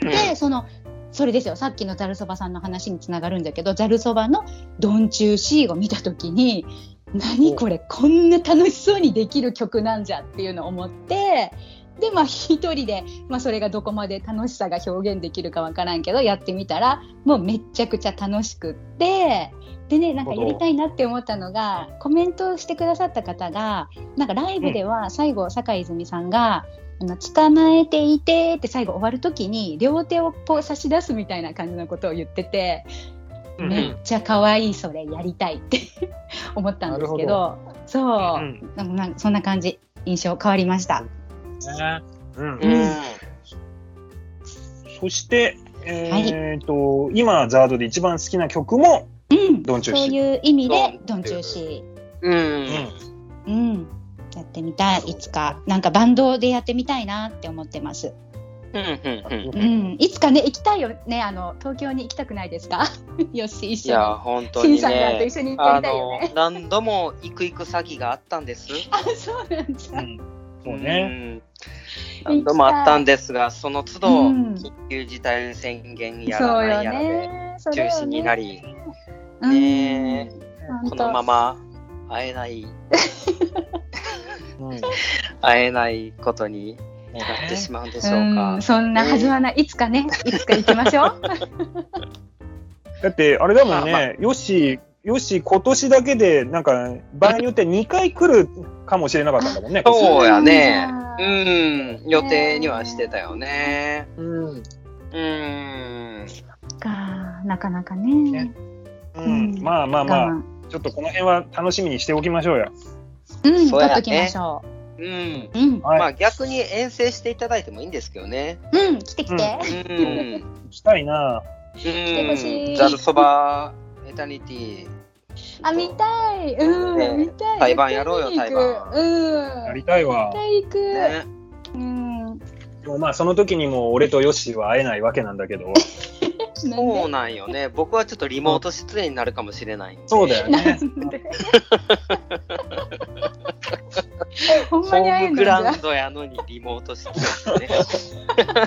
S3: うん
S2: でそのそれですよさっきのざるそばさんの話につながるんだけどざるそばの「ドンチューシー」を見た時に何これこんな楽しそうにできる曲なんじゃっていうのを思ってでまあ一人で、まあ、それがどこまで楽しさが表現できるかわからんけどやってみたらもうめっちゃくちゃ楽しくってでねなんかやりたいなって思ったのがコメントをしてくださった方がなんかライブでは最後坂井泉さんが「あの捕まえていて」って最後終わる時に両手をこう差し出すみたいな感じのことを言ってて。
S1: うん
S2: めっちゃ可愛いそれやりたいって *laughs* 思ったんですけど
S1: う
S2: そう、
S1: ん
S2: でもなんかそんな感じ印象変わりました
S1: うん
S3: う
S2: う
S3: ん
S2: ん
S1: そして、えーと今、ザードで一番好きな曲も、
S2: うん
S1: ドンチューシ
S2: そ
S1: ー
S2: ういう意味でド
S3: ド
S2: ン
S3: ン
S2: チ
S3: チ
S2: ュ
S3: ュ
S2: ー
S3: ー
S2: シ
S3: う、
S1: うん
S2: ーうんやってみたいいつかなんかバンドでやってみたいなって思ってます
S3: うんうんうん。
S2: うん、いつかね、行きたいよね、あの、東京に行きたくないですか。 *laughs* よし、
S3: い
S2: 一緒
S3: や、本
S2: に。
S3: 当
S2: 新
S3: に
S2: さんらと一
S3: ね。
S2: 緒に行
S3: あ
S2: ってみたいよ
S3: の
S2: ね。、
S3: 何度も行く行く詐欺があったんです。
S2: *laughs* あそうなんじゃ。
S1: そうね。
S3: うん。何度もあったんですが、その都度、
S2: うん
S3: 緊急事態宣言やら
S2: そう
S3: な
S2: よ
S3: いやらで、
S2: ね。そ
S3: 中
S2: れよね
S3: 止になり、
S2: うん
S3: ね
S2: 本当
S3: このまま会えない、
S1: うん
S3: 会えないことになってしまうんでしょうか
S2: ん、。そんなはずはない、いつかね、いつか行きましょう。
S1: だって、あれだもん
S3: まあ
S1: ね、よし、よし、今年だけで、なんか、場合によって2回来るかもしれなかったんだもんね。
S3: *laughs* そうや
S2: *laughs*
S3: ね
S2: そうなん。だ
S3: うん、予定にはしてたよね。
S1: うん。
S3: うん。
S2: か、なかなかね。
S1: うん。まあまあま
S2: 我
S1: あ、ちょっとこの辺は楽しみにしておきましょうよ。
S2: 慢うん、
S3: そ
S2: 取
S3: うや
S2: っ
S3: ね
S2: ときましょ
S3: うん。
S2: う。うん、
S1: はい。
S3: まあ逆に遠征していただいてもいいんですけどね。
S2: うん、来て来て。
S3: うん。うん。
S1: 行きたいな。
S2: ほしい
S3: ザルそばエタニティ。
S2: あ、見たい。うん、
S3: ね
S2: 見たい。
S3: 台湾やろうよ
S2: 絶対に行くうん。
S1: やりたいわ
S2: 絶。対行く。
S3: ね。
S2: うん。
S1: でもまあ、その時にも俺とよしは会えないわけなんだけど。
S3: そうなんよね。僕はちょっとリモート出演になるかもしれない。
S1: そうだよ
S2: なん
S1: ね。
S2: で。
S3: *laughs*
S2: ほん
S3: ホ
S2: まに会える
S3: ーム
S2: ん
S3: グ
S2: だ
S3: ラウンドやのにリモート出演ね。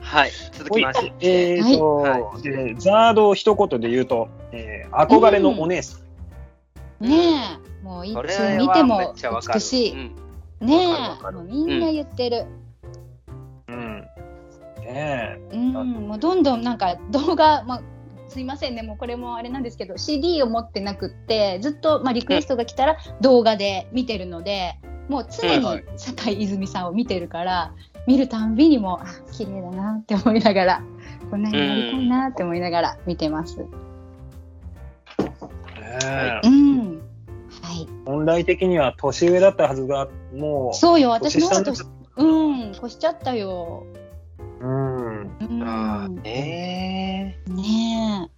S3: はい、続きまし
S1: え
S3: て。
S1: ーと、
S3: は
S1: でザードを一言で言うと、えー憧れのお姉さん。
S2: ねえ、もういつ
S3: それは
S2: 見て
S3: め
S2: も
S3: っちゃわかる
S2: 美しい。
S3: うん
S2: ね
S1: わ
S2: え、
S1: かる
S2: も
S1: わ
S2: うみんな言ってる。
S1: うん。ね
S2: うん、もうどんどんなんか動画、まあ、すいませんね、もうこれもあれなんですけど、CD を持ってなくって、ずっと、まあ、リクエストが来たら動画で見てるので、もう常
S3: は
S2: に酒井泉さんを見てるから、見るたんびにもう、あ、綺麗だなって思いながら、こんなになりたいなって思いながら見てます。
S1: え。ね
S3: は
S2: う
S1: え。
S2: ん。はい。
S1: 本来的には年上だったはずが、もう、
S2: そうよ、私の方が
S1: 年
S2: 年
S1: 下になっちゃっ
S2: うん、越しちゃったよ。
S1: たうん。
S2: うん。
S3: あー
S2: ね
S3: ね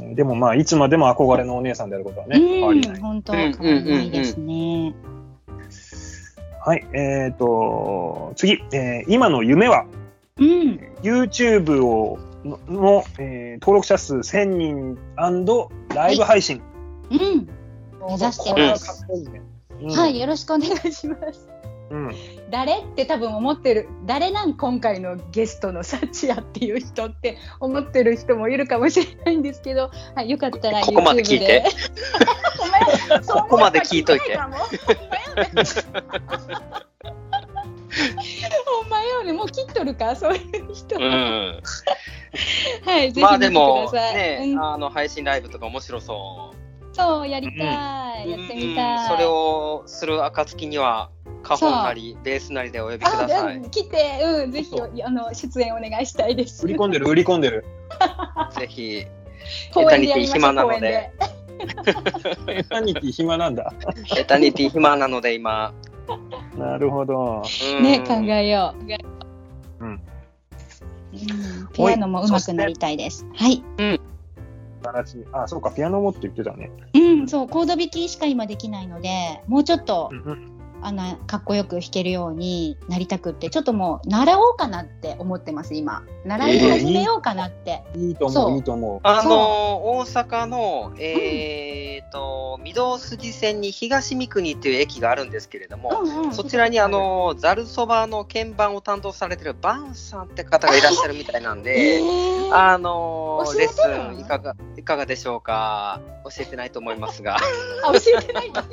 S2: え。
S1: でもまあ、いつまでも憧れのお姉さんであることはね、変わ
S2: う
S1: り
S2: ん
S1: ない。、
S2: 本当変わらないですね。
S1: はい、えっ、と、次、えー今の夢は、
S2: うん。
S1: YouTube をのの、えー登録者数1000人ライブ配信。
S2: うん。
S1: 目
S2: 指してます
S1: これはかっこいいね。うん
S2: はい、。よろしくお願いします。
S1: うん。
S2: 誰って多分思ってる誰なん今回のゲストのサチアっていう人って思ってる人もいるかもしれないんですけど、はい、よかったら YouTube で
S3: ここまで聞い
S2: *laughs*
S3: て
S2: ごめんそんな
S3: ここまで聞いといて
S2: ほんまよほんまよねもう切っとるかそういう人、
S3: え。うん。
S2: はいぜひ
S3: まあ
S2: 見
S3: で
S2: てく
S3: も
S2: ださい、
S3: ね
S2: う、ん
S3: あの配信ライブとか面白そう。
S2: そうやりたい、やってみたい、
S3: うんそれをする暁には花本なりベースなりでお呼びくださ
S2: あ
S3: い
S2: うん。来て、うん、ぜひ
S1: そ
S2: あの出演お願いしたいです
S1: 売り込んでる、売り込んでる。
S3: ぜひ。
S2: 公園でやりましょ
S3: 暇
S2: う
S3: な
S2: 公
S3: の
S2: 園で
S3: で
S1: タニティ暇なんだ。
S3: エタニティ暇なので今。
S1: なるほど。
S3: うん
S2: ね考えよう、
S1: うん
S2: うんピアノも上手くなりたいですはい
S1: 素晴らしい。あ、そうか、ピアノもって言ってたね。
S2: うんそうコード弾きしか今できないのでもうちょっと
S1: うんうん。
S2: あのかっこよく弾けるようになりたくってちょっともう習おうかなって思ってます今習い始めようかなって、
S1: いいと
S2: そ
S1: 思う、
S2: う
S1: いいと思
S3: あの大阪の、えーと御堂筋線に東三国っていう駅があるんですけれども、
S2: うんうん
S3: そちらにあのざるそばの鍵盤を担当されてるバンさんって方がいらっしゃるみたいなん
S2: え
S3: で、
S2: ー
S3: あの
S2: 教え
S3: レッ
S2: てよ
S3: スンいかがいかがでしょうか、教えてないと思いますが、 *laughs*
S2: あ教えてないんだ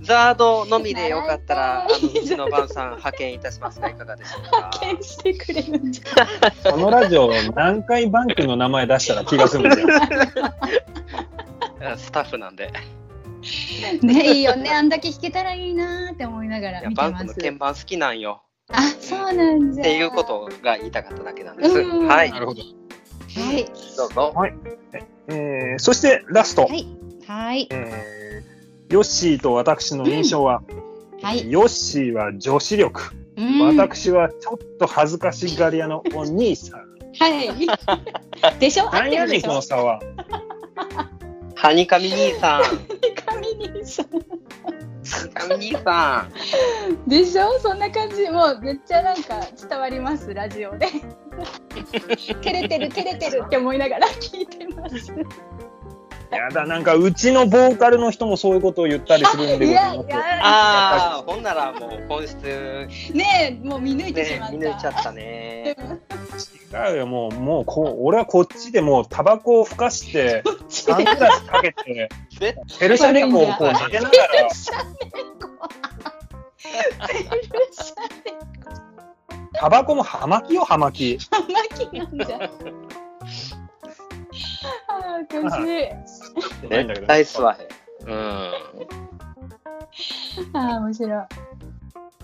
S3: ザードのみでよかったら、あ
S2: 習いた
S3: の
S2: いう
S3: ちのバンさん、派遣いたしますが、いかがでしょうか。
S2: 発見してくれるんじゃ
S1: う。このラジオ、何回バンクの名前出したら気が済む
S2: *laughs*
S1: んだよ。
S3: スタッフなんで、
S2: ねいいよねあんだけ弾けたらいいなーって思いなが
S3: い
S2: ら
S3: や
S2: 見て
S3: バン
S2: ます
S3: クの鍵盤好きなんよ。
S2: あそうなんじゃ
S3: っていうことが言いたかっただけなんです。
S2: うん
S3: はい、
S1: なるほど。
S2: はい
S3: どうぞ。
S1: えー、そして、ラスト。
S2: はいはい
S1: えーヨッシーと私の印象は、
S2: はい、
S1: ヨッシーは女子力、
S2: うん
S1: 私はちょっと恥ずかしがり屋のお兄さん。
S2: はい。 *laughs* でしょ合
S1: な
S2: っ
S1: ん
S2: て
S1: や
S2: る
S1: ね
S2: で
S1: ん、
S2: し
S1: この
S2: ょ
S1: 差は。
S3: はにかみ兄さん。
S2: 神にさん
S3: お兄さ
S2: ん。でしょそんな感じ。もうめっちゃなんか伝わります、ラジオで。 *laughs* 照れてる、照れてるって思いながら聞いてます。
S1: やだ、なんかうちのボーカルの人もそういうことを言ったりするんでございます。
S3: ああ、ほんならもう本質。
S2: *laughs* ねえ、もう見抜いてしまった。ね、
S3: 見抜いちゃったね。
S1: 違うよ、もう、もうこう、俺はこっちでもうタバコをふかして、
S2: *laughs*
S1: サングラスかけて、ペルシャレンコをこう投
S2: *laughs*
S1: げながら。ペルシャレンコ。ペルシャレンコ。タバコも葉巻よ、葉巻。
S2: *laughs* 葉巻なんじゃ。ああ、楽しい。
S3: 絶対吸わへん。うん。
S2: ああ、面白い。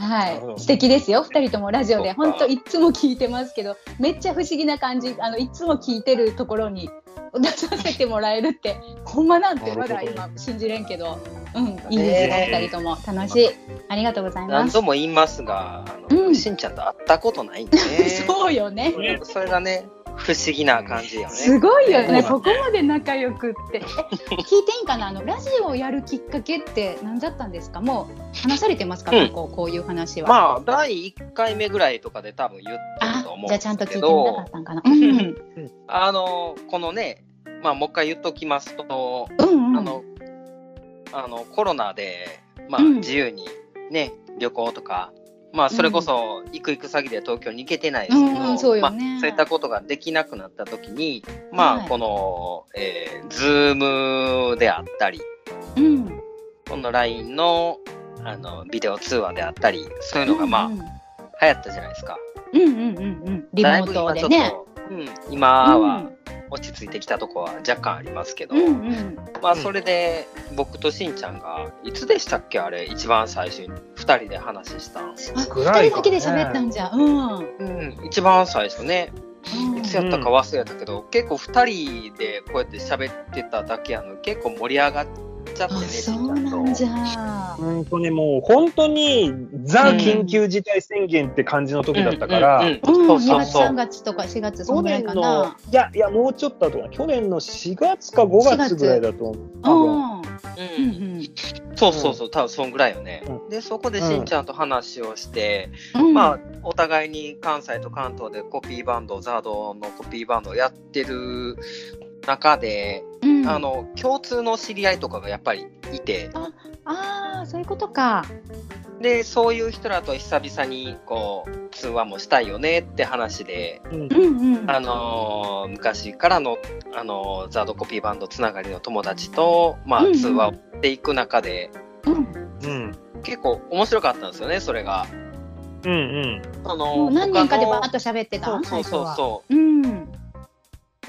S2: はい、素敵ですよ、2人ともラジオで、本当、いつも聞いてますけど、めっちゃ不思議な感じ、あのいつも聞いてるところに出させてもらえるって、ほんまなんて、まだ今、信じれんけど、うん、いいですよ、えー、2人とも、楽しい、ありがとうございます。
S3: 何度も言いますが、あのうん、しんちゃんと会ったことないんで、ね、
S2: *laughs* そうよね。
S3: それがね不思議な感じよね。
S2: すごいよね、ここまで仲良くって。聞いていいかな、あのラジオをやるきっかけって何だったんですか。もう話されてますか、うん、こうこういう話は。
S3: まあ第一回目ぐらいとかで多分言ったと思う
S2: じゃあちゃんと聞いてなかったんかな。うん、
S3: あのこのね、まあもう一回言っときますと、うんうん、あのあのコロナでまあ自由にね、うん、旅行とかまあ、それこそ、行く行く詐欺で東京に行けてないですけど、うんうんそうね、まあ、そういったことができなくなった時に、まあ、この、はい、えー、ズームであったり、うん、今度 LINE の、あの、ビデオ通話であったり、そういうのが、まあ、うんうん、流行ったじゃないですか。
S2: うんうんうんうん。リモートでね。
S3: うん、今は落ち着いてきたとこは若干ありますけど、うんうん、まあそれで僕としんちゃんがいつでしたっけあれ一番最初に2人で話したの、
S2: 2人だけで喋ったんじゃ、うん、うん
S3: 一番最初ねいつやったか忘れたけど、うん、結構2人でこうやって喋ってただけやの結構盛り上がって。ちゃってね、
S2: そうなんじゃ。
S1: 本当にもう本当にザ緊急事態宣言って感じの時だったから、
S2: うんうんうん、2月3月とか4月そんぐらいかな。
S1: いやいやもうちょっとだと思う。去年の4月か5月ぐらいだと思う。
S3: うんうんうん、そうそうそう、多分そんぐらいよね。で、そこでしんちゃんと話をして、まあ、お互いに関西と関東でコピーバンド、ザードのコピーバンドをやってる中で、うん、あの共通の知り合いとかがやっぱりいて
S2: ああそういうことか
S3: でそういう人らと久々にこう通話もしたいよねって話で、うん、あのー、昔からの、あのー、ザードコピーバンドつながりの友達と、まあ、通話をしていく中で、うんうん、うん、結構面白かったんですよねそれが。
S1: うんうん、
S2: あのー、何人かでバーッと喋ってた
S3: そうそうそうそう、うん、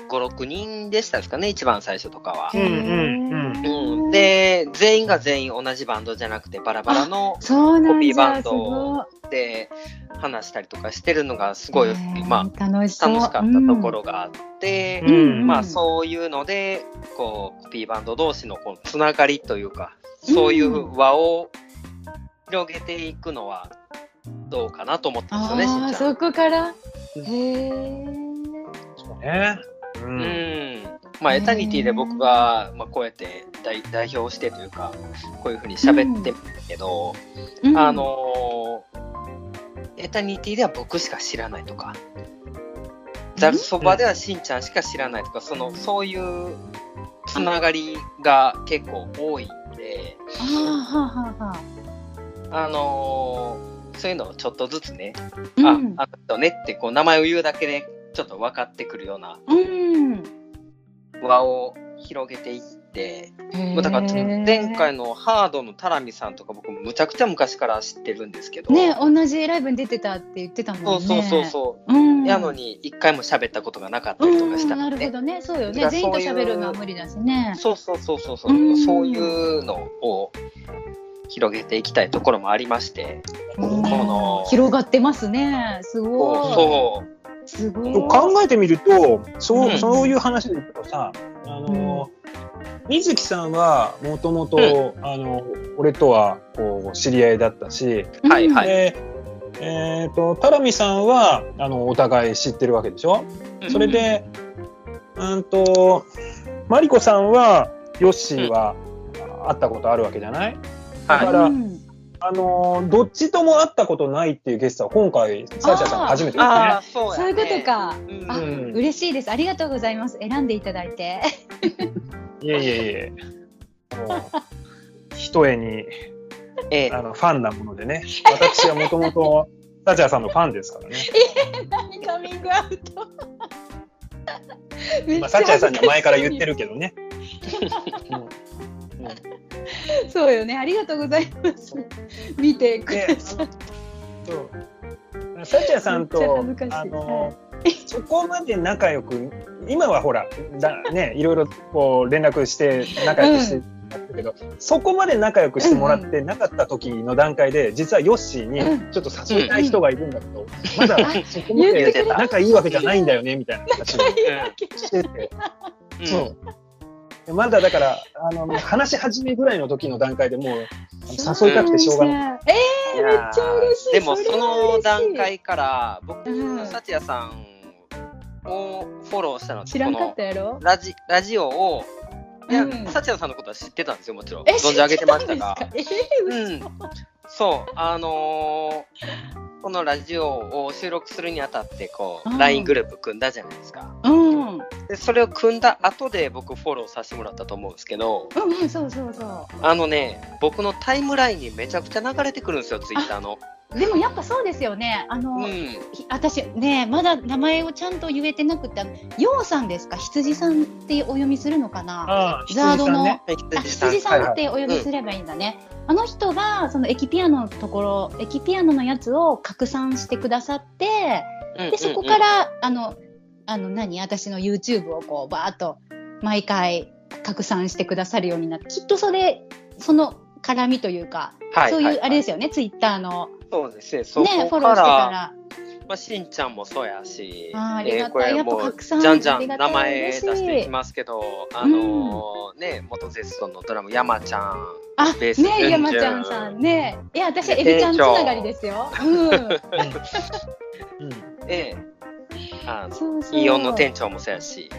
S3: 56人でしたですかね一番最初とかは。うんうんうん、で全員が全員同じバンドじゃなくてバラバラのコピーバンドで話したりとかしてるのがすごい、まあ、楽し楽しかったところがあって、うん、まあ、そういうのでこうコピーバンド同士のこのつながりというかそういう輪を広げていくのはどうかなと思ったんですよね、しんちゃん。
S2: そこからへそう
S1: ね
S3: うん、うん、まあ、エタニティで僕が、まあ、こうやって代代表してというかこういうふうに喋ってるけど、うん、あのー、エタニティでは僕しか知らないとか、ざるそばではしんちゃんしか知らないとかそのそういうつながりが結構多いんで、あのー、そういうのをちょっとずつね、うん、ああとねってこう名前を言うだけで、ちょっと分かってくるような輪を広げていって、うん、だから前回のハードのタラミさんとか僕むちゃくちゃ昔から知ってるんですけど
S2: ね同じライブに出てたって言ってたもんね
S3: そうそうそうそう、うん、やのに一回も喋ったことがなかったりとかし
S2: ねう
S3: た、
S2: ん、なるほどねそうよね全員と喋るのは無理だしね
S3: そうそうそうそうそう、うん、そういうのを広げていきたいところもありまして、
S2: この広がってますねすごい
S3: そう
S2: すご
S1: 考えてみるとそう,うん、そういう話で言うとさあの、うん、水木さんはもともと俺とはこう知り合いだったし、
S3: はいはい、
S1: でえーと、とタラミさんはあのお互い知ってるわけでしょ、うん、それで、うんとマリコさんはヨッシーは会ったことあるわけじゃない、だから、
S2: うん
S1: あのーどっちとも会ったことないっていうゲストは今回、サーシャさん初めてです
S3: あ
S1: ね
S3: あ、そうや、ね。
S2: そういうこと。か。
S3: うん、
S2: あ
S3: うん
S1: うん
S2: 嬉しいです。ありがとうございます。選んでいただいて。。
S1: いえいえいえ。もう、ひとえに、
S3: ええ
S1: あの、ファンなものでね。私はもともと、サーシャさんのファンですからね。
S2: 何カミングアウト。めっち
S1: ま
S2: ゃ
S1: あ、サーシャさんには前から言ってるけどね。
S2: そうよね。ありがとうございます。見てくれ
S1: で、あのそう。サチャさん
S2: めっちゃ
S1: と
S2: 恥ずかしい、
S1: あの、そこまで仲良く、今はほら、だね、いろいろこう連絡して、仲良くして、けどそこまで仲良くしてもらってなかった時の段階で、実はヨッシーに
S2: うん
S1: ちょっと誘いたい人がいるんだけど、まだそこま
S2: 言
S3: ってく
S1: で
S3: れた
S1: 仲いいわけじゃないんだよねみたいな話をしてて、
S3: うん
S1: そう。でまだだから、あの、話し始めぐらいの時の段階でもう、誘いたくてしょうがない。
S2: い。 *laughs* えー、めっちゃ嬉しい。
S3: でも、
S2: れ
S3: そ
S2: は嬉し
S3: の
S2: い
S3: 段階から、僕
S2: うん
S3: がサチヤさんをフォローしたのって
S2: 知らんかったや
S3: こ
S2: ろ
S3: の。ラジラジオを、いや、
S2: うん
S3: サチヤさんのことは知ってたんですよ、もちろん。
S2: え
S3: 存じ上げてました
S2: 知っ
S3: が。
S2: てたんですかえー、
S3: うん、そう、あのーこのラジオを収録するにあたって、こ
S2: うん
S3: う、LINE グループ組んだじゃないですか。
S2: うん、うん、
S3: で、それを組んだ後で僕フォローさせてもらったと思うんですけど、
S2: うん、そうそうそ
S3: あのね、僕のタイムラインにめちゃくちゃ流れてくるんですよ、ツイッターの。
S2: う。でもやっぱそうですよね。あの、
S3: うん。
S2: ひ私ねまだ名前をちゃんと言えてなくて、あのようさんですか羊さんってお読みするのかな。
S1: ああ、
S2: ザードの。
S3: はい
S2: あ
S3: 羊。
S2: 羊さ
S1: はい
S2: ん
S1: は
S2: っ
S1: い
S2: てお呼びすればいいんだね。あの人がその駅ピアノのところ駅ピアノのやつを拡散してくださってでそこか、らあのあの何私の YouTube をこうバーっと毎回拡散してくださるようになってきっとそれその絡みというか、そういうあれですすよねツイッターの
S3: そうですね、そこから、
S2: ねフォローしてから。
S3: まあ、しんちゃんもそうやし、
S2: あーありがたい
S3: ーこれ
S2: やっぱ
S3: もう
S2: 拡散
S3: じゃんじゃ
S2: あり
S3: ん
S2: が
S3: 名
S2: たい
S3: 前出
S2: 嬉しい
S3: していきますけど、あのーね、元ゼストンのドラム、山ちゃん、
S2: あ、
S3: ベース
S2: ね、
S3: 40
S2: 山ちゃんさんね。いや、私、エビちゃんつながりですよ。うん。
S1: うん
S3: ええあの
S2: そうそう。
S3: イオンの店長もそうやし、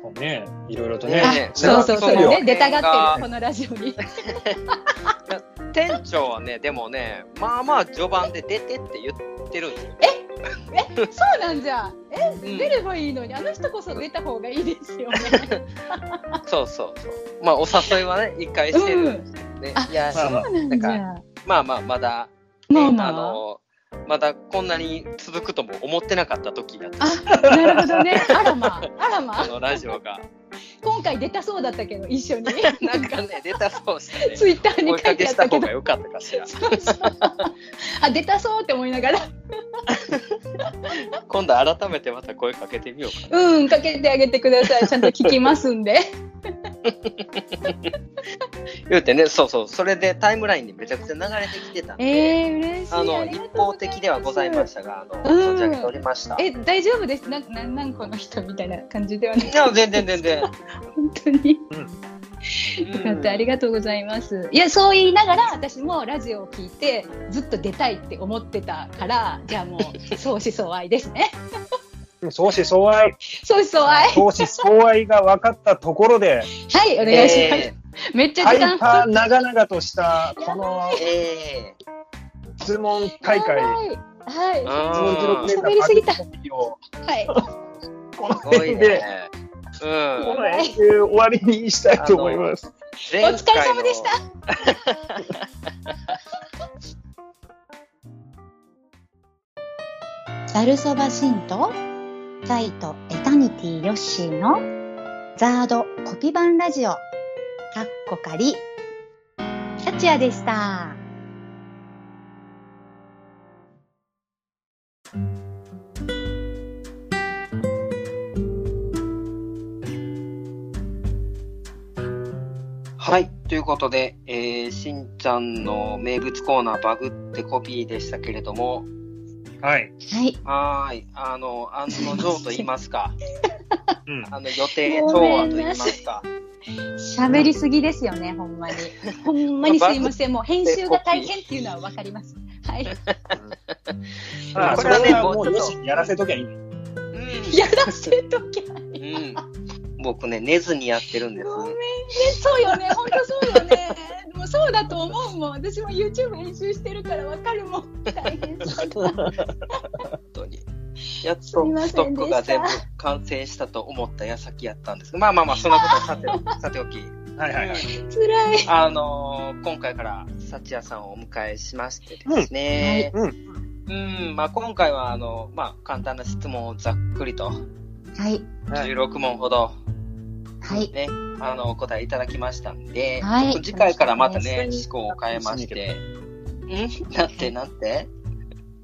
S1: そうね、いろいろと
S3: ね
S1: ね。
S2: あそうそうそう。
S1: そうよ
S2: ね、出たがってる、このラジオに。
S3: 店長はね、でもね、まあまあ序盤で出てって言ってるんですよ。
S2: そうなんじゃ。え、
S3: うん
S2: 出ればいいのに、あの人こそ出た方がいいですよね。
S3: そうそうそう。まあお誘いはね、一回してるんですよね。
S2: あ
S3: いや、
S1: まあまあ
S2: そうなんじゃ。
S3: まあまあ、まだ、ね
S2: まあま
S3: あ
S2: あ。
S3: のまだこんなに続くとも思ってなかった時だった。
S2: あ、なるほどね。あらま、あら
S3: あ
S2: ま。
S3: のラジオが。
S2: 今回出たそうだったけど、一緒に。
S3: なんかね、出たそうしたね。
S2: ツイッター
S3: 追
S2: に
S3: い
S2: 書
S3: か
S2: い
S3: け
S2: てあっ
S3: した
S2: たけ
S3: 方
S2: ど
S3: が。良かったかしら。
S2: そうそうあ、出たそうって思いながら。
S3: 今度改めてまた声かけてみようかな。
S2: うん、かけてあげてください。ちゃんと聞きますんで。
S3: 言うてね、そうそう、それでタイムラインにめちゃくちゃ流れてきてたんで、
S2: えー、嬉しい。
S3: あの
S2: りがと
S3: 一
S2: う
S3: 方的ではございましたが、あの存じ上げておりました。
S2: え、大丈夫です。なん、なん、なんこの人みたいな感じではない。
S3: いや、全然全然。
S2: 本当に。
S3: う
S2: よ
S3: ん
S2: かった、ありがとうございます。いや、そう言いながら、私もラジオを聞いて、ずっと出たいって思ってたから、じゃあもう、相思相愛ですね。 *laughs*
S1: 相思相愛、
S2: 相思相愛。
S1: 相思相愛が分かったところで、
S2: はい、お願いします。めっちゃ
S1: ハ
S2: 時
S1: イ
S2: 間。
S1: パー長々としたこの
S3: えーえ
S1: 質問大会、
S2: やば
S1: 質
S2: いはい。は
S1: 問
S3: ー
S1: 記録データ
S2: 喋りすぎた
S1: パーティーを
S2: い。
S1: この
S3: すごい
S1: 辺で、
S3: ね。うん、
S1: この辺で終わりにしたいと思います。
S3: お
S2: お疲れ様でした。ザルそばシンとザイとエタニティヨッシーのザードコピバンラジオカッコカリキャッチアでした。
S3: はい、ということで、えーしんちゃんの名物コーナーバグってコピーでしたけれども、
S1: はい。
S2: はい。
S3: はーい、あの、案の定と言いま
S2: *laughs*
S3: すか、
S1: うん。
S3: あの予定調和と言いますか、
S2: 喋りすぎですよね、ほんまに。 *laughs* ほんまにすいません。もう編集が大変っていうのはわかり *laughs* ます。はい。
S1: まあ、
S3: こ
S1: そ
S3: れ
S1: れ
S3: はね
S1: はも
S3: もう
S1: う、よし、やらせときゃいい。う
S3: うん
S2: やらせときゃ。
S3: うん、僕ね、寝ずにやってるんです。
S2: ごめんそうよね、本当そうよね。もうそうだと思うもん。私も YouTube 編集してるからわかるもん。大変そうだ。
S3: 本当に。やっとストックが全部完成したと思った矢先やったんですけど、まあまあまあ、そんなこと
S2: *laughs*
S3: はさてさておき。
S1: はいはいはい。
S2: 辛い。
S3: あのー今回から、幸也さんをお迎えしましてですね。
S1: うんは
S3: うんまあ、今回は、あの、まあ、簡単な質問をざっくりと、
S2: はい、
S1: はい
S3: 16問ほど、
S2: はい、
S3: ね、あの、お答えいただきましたんで、
S2: はい
S3: ちょっと次回からまた
S2: よ
S3: ね
S2: ろ、し
S3: 思考を変えまして、んなんて、なん
S2: *laughs*
S3: て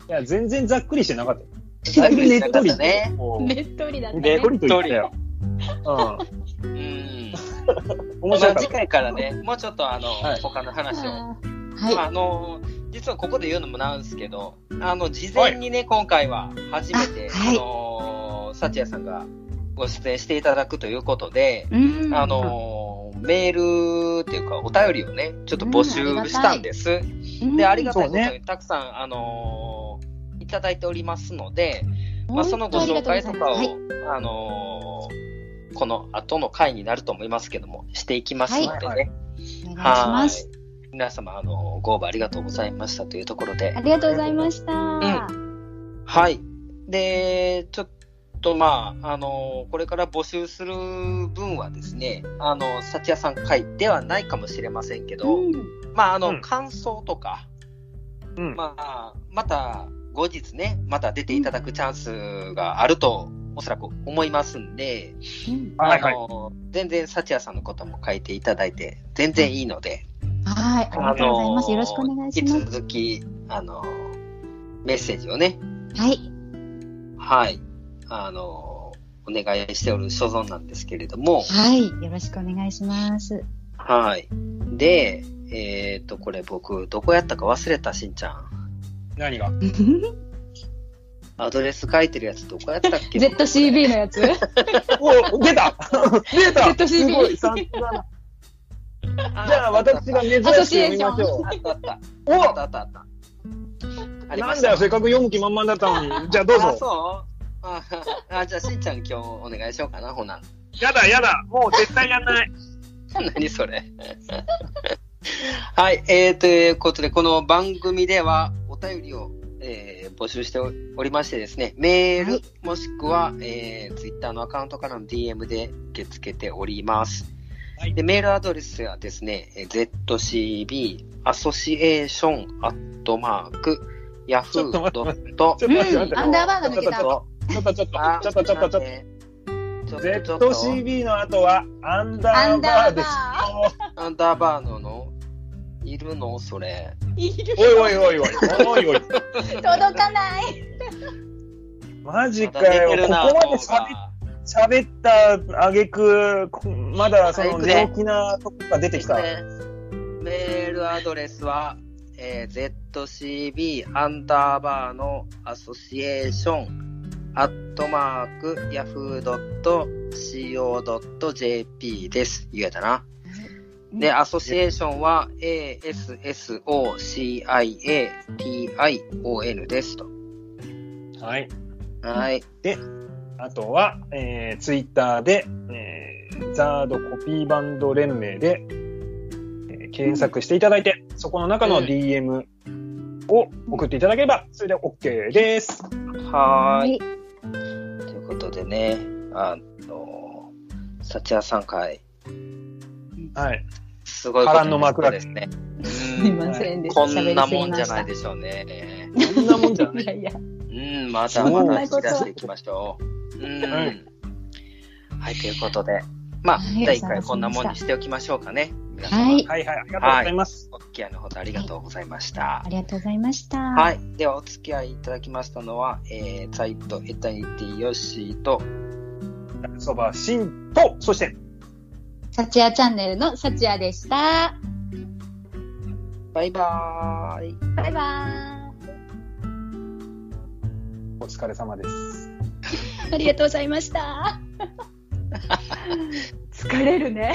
S1: いや、全然ざっくりしてなかったよ。
S3: ざっくりしてなかったね
S1: こう
S2: ねっとりだったね。
S1: ねっとりと言ったよ。
S3: うん。
S1: うん。面
S3: ま
S1: 白
S3: あ、
S1: かっ
S3: 次回からね、もうちょっとあの、
S1: はい
S3: 他の話を。
S2: あー
S3: まあ、
S2: は
S3: あの、実はここで言うのもなんですけど、あの、事前にね、今回は初めて、
S2: あはい
S3: あの、サチヤさんがご出演していただくということで、
S2: い。うん
S3: あ、の、メールっていうか、お便りをね、ちょっと募
S2: うんあ
S3: 集
S2: りがたい
S3: したんです。
S2: うん
S3: で、ありがたいこと
S1: そう
S3: に、たくさん、あの、いただいておりますので、まあ、その
S2: 本当
S3: ご
S2: ありがとうござ
S3: 紹介と
S2: い
S3: か
S2: ま
S3: を、
S2: すはい
S3: あのーこの後の回になると思いますけども、していきますので
S1: はい
S3: ね。
S2: お願いし
S3: は
S2: ます。
S3: い。皆様、あのーご応募ありがとうございましたというところで
S2: あ。りがとうございました。
S3: はい。で、ちょっとまあ、あのーこれから募集する分はですね、あのー、幸也さん会ではないかもしれませんけど、
S2: うん
S3: まあ、あの、
S1: うん
S3: 感想とか、
S1: た。うん。
S3: まあ、また後日ね、また出ていただくチャンスがあると、おそらく思いますんで、
S2: うん
S1: はいは
S3: あ
S1: い。
S3: の全然、幸也さんのことも書いていただいて、全然いいので、
S2: はい、ありがとうございます。よろしくお願いしま
S3: 引き続き、あの、メッセージをね、
S2: す。はい、
S3: はい、あの、お願いしておる所存なんですけれども、
S2: はい、よろしくお願いし *laughs* ます。
S3: はい。で、えっ、と、これ僕、どこやったか忘れた、しんちゃん。
S1: 何が
S3: アドレス書いてるやつどこやったっけ
S2: ZCB のやつ
S1: お、出た出た
S2: ZCB
S1: すごい、さすがだじゃあ、私が珍しく読みましょ
S3: あったあった。
S1: う。
S3: あっ
S1: お
S3: たあったあった。ありま
S1: なん
S3: し
S1: だ
S3: た
S1: よ、せっかく読む気満々だったのに。じゃあ、どう
S3: あ、
S1: ぞ。
S3: そうあ *laughs* あ、じゃあ、しんちゃん今日お願いしようかな、ほな。
S1: やだ、やだ。もう絶対やん *laughs* ない。
S3: *laughs* 何それ。はい、えー、ということで、この番組ではお便りを、えー募集しておりましてですね、メール、
S2: はい
S3: もしくは、えー、Twitter のアカウントからの DM で受け付けております。
S1: はい
S3: でメールアドレスはですね、えー
S1: ちょっと待って、待って。
S2: うん
S3: zcbassociation.yahoo.com
S2: アンダーバーが抜けた
S1: ちょっと、ちょっと、ちょっと、ちょっと、ちょっと、ちょっと。
S3: ちょっと、ちょっと、
S1: ZCB の後は、アンダーバーです。
S3: アンダーバーのの、いるのそれ。
S2: いる
S1: おいおいおいおい、おいおい。
S2: 届かない。
S1: マジか
S3: まだ出て
S1: よ。
S3: る
S1: こ
S3: な
S1: こまで喋っ喋った挙句こまだその
S3: はい行
S1: 陽
S3: く
S1: 気なとこが出てきた。はい
S3: メールアドレスは、えー ZCB アンダーバーのアソシエーションアットマーク yahoo.co.jp です。言えたな。で、アソシエーションは ASSOCIATION ですと。
S1: はい。
S3: はい。
S1: あとは、えー、ツイッターで、えー、ザードコピーバンド連盟で、えー検索していただいて、そこの中の DM を送っていただければ、それで OK です。
S3: はーい。
S2: い。
S3: ということでね、あの、幸也さん会、
S1: はい。
S3: すごいこと
S1: 波乱の幕開け
S3: ですね。
S2: すいませんでした。
S3: こんなもんじゃない
S2: で
S3: でしょうね。
S1: そんなもんじゃない
S2: い。やいや。
S3: うん、まだまだ引き出していきましょう。うん。
S1: は
S3: はい、ということで、まあ、
S2: はい
S3: 第1回こんなもんにしておきましょうかね。皆様
S2: はい。
S1: *laughs* はいはい。ありがとうございます。
S3: お付き合いのほどありがとうございました
S2: あ。りがとうございました。。
S3: はいい。では、お付き合いいただきましたのは、えー、サイトエタニティヨッシーと、
S1: そば、しんと、そして、
S2: サチアチャンネルのサチアでした。
S3: バイバーイ。
S2: バイバ
S1: お疲れ様です。
S2: *laughs* ーイ。ありがとうございました。疲れるね。